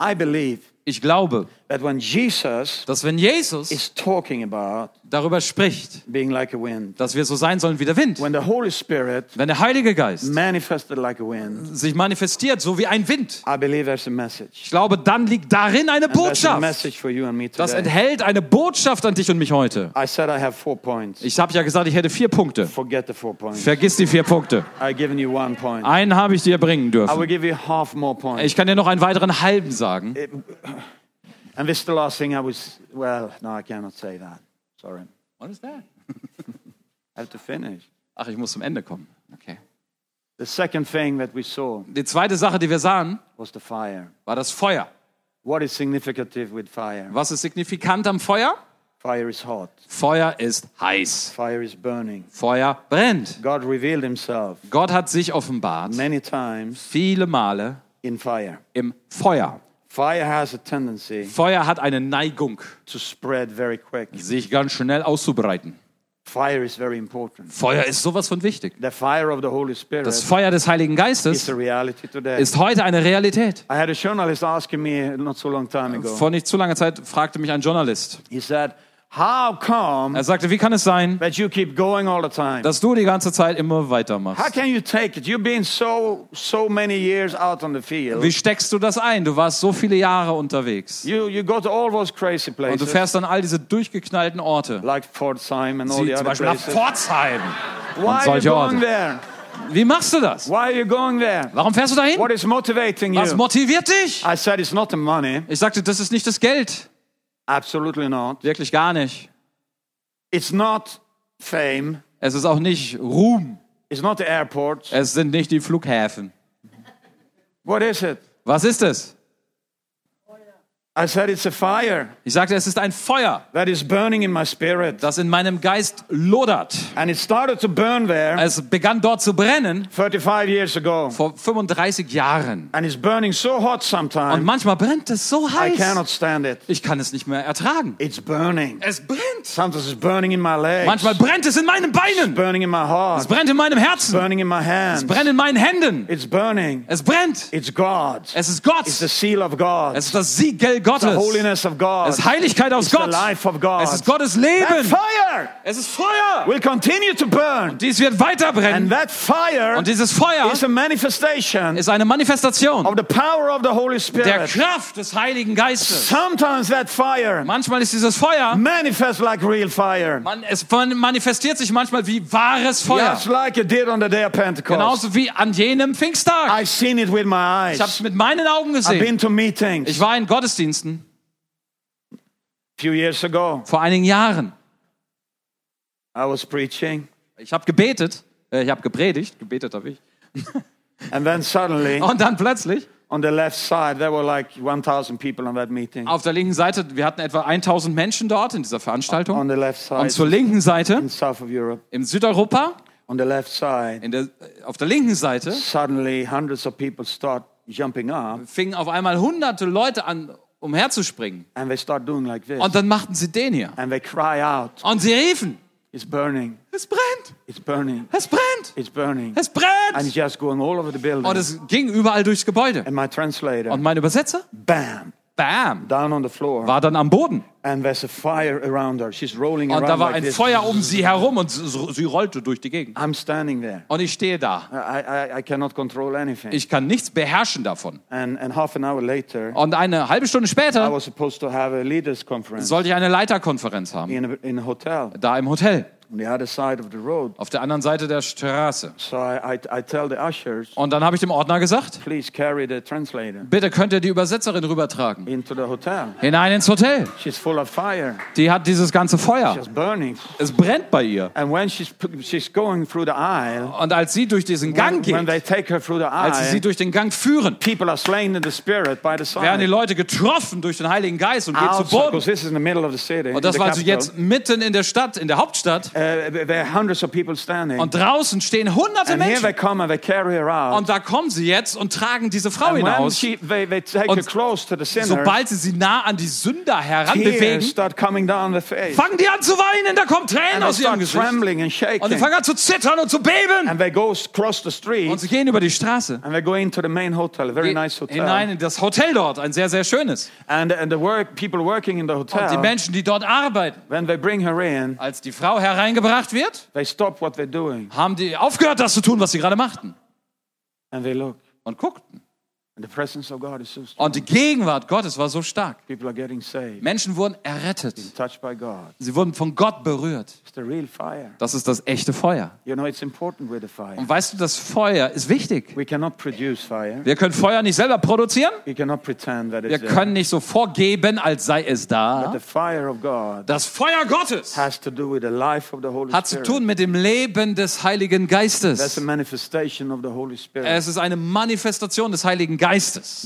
I believe
ich glaube,
that when Jesus
dass wenn Jesus
is talking about
darüber spricht,
being like a wind,
dass wir so sein sollen wie der Wind,
when the Holy Spirit
wenn der Heilige Geist
manifested like a wind,
sich manifestiert, so wie ein Wind,
I believe there's a message.
ich glaube, dann liegt darin eine
There's a
Botschaft.
message for you and me
Das
today.
enthält eine Botschaft an dich und mich heute.
I said I have four points.
Ich habe ja gesagt, ich hätte vier Punkte.
Forget the four points.
Vergiss die vier Punkte.
I've given you one point.
Einen habe ich dir bringen
I
dürfen.
will give you half more point.
Ich kann dir noch einen weiteren halben sagen.
And this is the last thing I was. Well, no, I cannot say that. Sorry.
What is that?
I have to finish.
Ach, ich muss zum Ende kommen. Okay.
The second thing that we saw
Die zweite Sache, die wir sahen,
was the fire.
war das Feuer.
What is significative with fire?
Was ist signifikant am Feuer?
Fire is hot.
Feuer ist heiß.
Fire is burning.
Feuer brennt.
God revealed himself
Gott hat sich offenbart
many times
viele Male
in fire.
im Feuer.
Fire has a tendency
Feuer hat eine Neigung,
to spread very quick.
sich ganz schnell auszubreiten.
Fire is very important.
Feuer ist sowas von wichtig.
The fire of the Holy Spirit
Das Feuer des Heiligen
is
Geistes
a reality today.
ist heute eine Realität.
I had a journalist asking me not so long time ago.
Vor nicht zu langer Zeit fragte mich ein Journalist.
He said, "How come
Er sagte, wie kann es sein,
that you keep going all the time?
dass du die ganze Zeit immer
How
weitermachst?
can you take it? You've been so so many years out on the
Wie
field.
steckst du das ein? Du warst so viele Jahre unterwegs.
You you go to all those crazy
Und du
places
fährst an all diese durchgeknallten Orte.
like Fort Simon and all
Wie
the
zum
other
Beispiel nach
places.
Pforzheim.
Why are you
solche
going
Orte.
there?
Wie machst du das?
Why are you going there?
Warum fährst du dahin?
What is motivating
Was
you?
motiviert dich?
I said it's not the money.
Ich sagte, das ist nicht das Geld.
Absolutely not.
Wirklich gar nicht.
It's not fame.
Es ist auch nicht Ruhm.
It's not the airports.
Es sind nicht die Flughäfen.
What is it?
Was ist es?
I said it's a fire
Ich sagte, es ist ein Feuer,
that is burning in my spirit.
das in meinem Geist lodert.
And it started to burn there
Es begann dort zu brennen
35 years ago.
vor 35 Jahren.
And it's burning so hot
Und
sometimes.
manchmal brennt es so
I
heiß.
cannot stand it.
Ich kann es nicht mehr ertragen.
It's burning.
Es brennt.
Sometimes it's burning in my legs.
Manchmal brennt es in meinen Beinen.
burning in my
Es
heart.
brennt in meinem Herzen.
Burning in my hands.
Es brennt in meinen Händen.
It's burning.
Es brennt.
It's God.
Es ist Gott.
It's the seal of God.
Es ist das Siegel
the
Gottes.
holiness of God.
Es ist Heiligkeit aus
It's the
Gott.
life of God.
Es ist Gottes
That
Leben.
fire
Es ist Feuer.
will continue to burn.
Dies wird
And
weiterbrennen.
that fire
Und dieses Feuer
is a manifestation
ist eine Manifestation
of the power of the Holy
der
Spirit.
Kraft des Heiligen Geistes.
Sometimes that fire
Manchmal ist dieses Feuer,
manifests like real fire.
man, es man- manifestiert sich manchmal wie wahres Feuer.
Just like it did on the day of Pentecost.
Genauso wie an jenem Pfingsttag.
I've seen it with my eyes.
Ich habe es mit meinen Augen
I've
gesehen.
been to meetings
Ich war in Gottesdiensten
a few years ago.
vor einigen Jahren.
I was preaching,
Ich habe gebetet, äh, ich habe gepredigt, gebetet habe ich.
and then suddenly
Und dann plötzlich
on the left side there were like 1,000 people on that meeting.
auf der linken Seite, wir hatten etwa 1000 Menschen dort in dieser
On
Veranstaltung.
the left
Und
side,
zur linken Seite
in south of Europe,
in Südeuropa,
on the left side,
in der, äh, auf der linken Seite
suddenly hundreds of people start jumping up
fingen auf einmal hunderte Leute an, umherzuspringen.
and they start doing like this.
Und dann machten sie den hier.
And they cry out,
Und sie riefen:
It's burning,
Es brennt,
it's burning.
es brennt, brennt.
It's burning. And
Es
it's
brennt.
just going all over the building.
Und es ging überall durchs Gebäude.
and my translator,
Und mein Übersetzer,
bam,
bam,
down on the floor.
war dann am Boden.
And there's a fire around her. She's rolling
Und
around
da war
like
ein
this.
Feuer um sie herum und s- sie rollte durch die Gegend.
I'm standing there.
Und ich stehe da.
I, I, I cannot control anything.
Ich kann nichts beherrschen davon.
And, and half an hour later,
Und eine halbe Stunde
I
später
was supposed to have a leaders conference
sollte ich eine Leiterkonferenz haben.
in a, in a hotel
Da im Hotel,
on the other side of the road.
auf der anderen Seite der Straße.
So I, I, I tell the ushers,
Und dann habe ich dem Ordner gesagt,
please carry the translator
bitte könnt ihr die Übersetzerin rübertragen.
into the hotel.
Hinein ins Hotel.
She's full of fire,
Die hat dieses ganze Feuer.
just burning.
Es brennt bei ihr.
And when she's, p- she's going through the aisle,
Und als sie durch diesen
when,
Gang
when
geht,
they take her through the
als sie sie
aisle,
durch den Gang führen,
people are slain in the spirit by the
werden die
side.
Leute getroffen durch den Heiligen Geist und gehen zu
Outside,
Boden.
because this is in the middle of the city. in
Und das
the
war also
capital.
jetzt mitten in der Stadt, in der Hauptstadt.
Uh, there are hundreds of people standing.
Und draußen stehen hunderte
and here they
Menschen.
come and they carry her out.
Und da kommen sie jetzt und tragen diese Frau
And when
hinaus.
she, they, they take
Und
her close to the sinner,
Sobald sie sie nah an die Sünder
tears
heranbewegen,
start coming down the face.
fangen die an zu weinen. Da kommen
and
Tränen
they
aus ihrem
start
Gesicht.
trembling and shaking.
Und die fangen an zu zittern und zu beben.
and they go s- across the street
Und sie gehen über die Straße.
and they go into the main hotel, a very
Ge-
nice hotel.
Hinein in das Hotel dort, ein sehr, sehr schönes.
And, and the work, people working in the
Und die
hotel,
Menschen, die dort arbeiten,
when they bring her in,
als die Frau hereingebracht wird,
they stop what they're doing
haben die aufgehört, das zu tun, was sie gerade machten.
and they look.
Und guckten.
And the presence of God is so strong.
Und die Gegenwart Gottes war so stark.
People are getting saved,
Menschen wurden errettet.
touched by God.
Sie wurden von Gott berührt.
It's the real fire.
Das ist das echte Feuer.
You know, it's important with the fire.
Und weißt du, das Feuer ist wichtig.
We cannot produce fire.
Wir können Feuer nicht selber produzieren.
We cannot pretend that
Wir
it's there.
können nicht so vorgeben, als sei es da.
The fire of God
Das Feuer Gottes
has to do with the life of the Holy
hat zu
Spirit.
tun mit dem Leben des Heiligen
That's a
Geistes.
manifestation of the Holy Spirit.
Es ist eine Manifestation des Heiligen Geistes.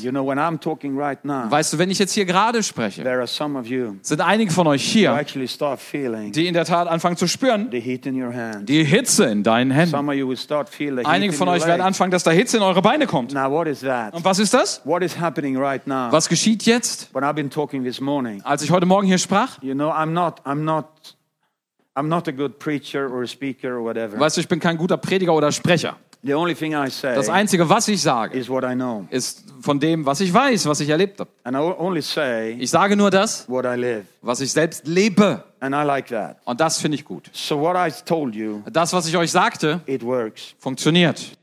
you know, when I'm talking right now,
Weißt du, wenn ich jetzt hier gerade spreche,
there are some of you
sind einige von euch
who
hier,
actually start feeling
die in der Tat anfangen zu spüren,
the heat in your hand.
die Hitze in deinen Händen.
Some of you will start feeling the heat
Einige
in
von
your
euch werden
legs.
anfangen, dass da Hitze in eure Beine kommt.
Now, what is that?
Und was ist das?
What is happening right now?
Was geschieht jetzt?
When I've been talking this morning,
Als ich heute Morgen hier sprach,
you know, I'm not, I'm not, I'm not a good preacher or a speaker or whatever.
weißt du, ich bin kein guter Prediger oder Sprecher.
the only thing I say
Das Einzige, was ich sage,
is what I know,
ist von dem, was ich weiß, was ich erlebt habe.
and I o- only say
Ich sage nur das,
what I live,
was ich selbst lebe.
and I like that.
Und das finde ich gut.
So what I told you,
Das, was ich euch sagte,
it works.
funktioniert.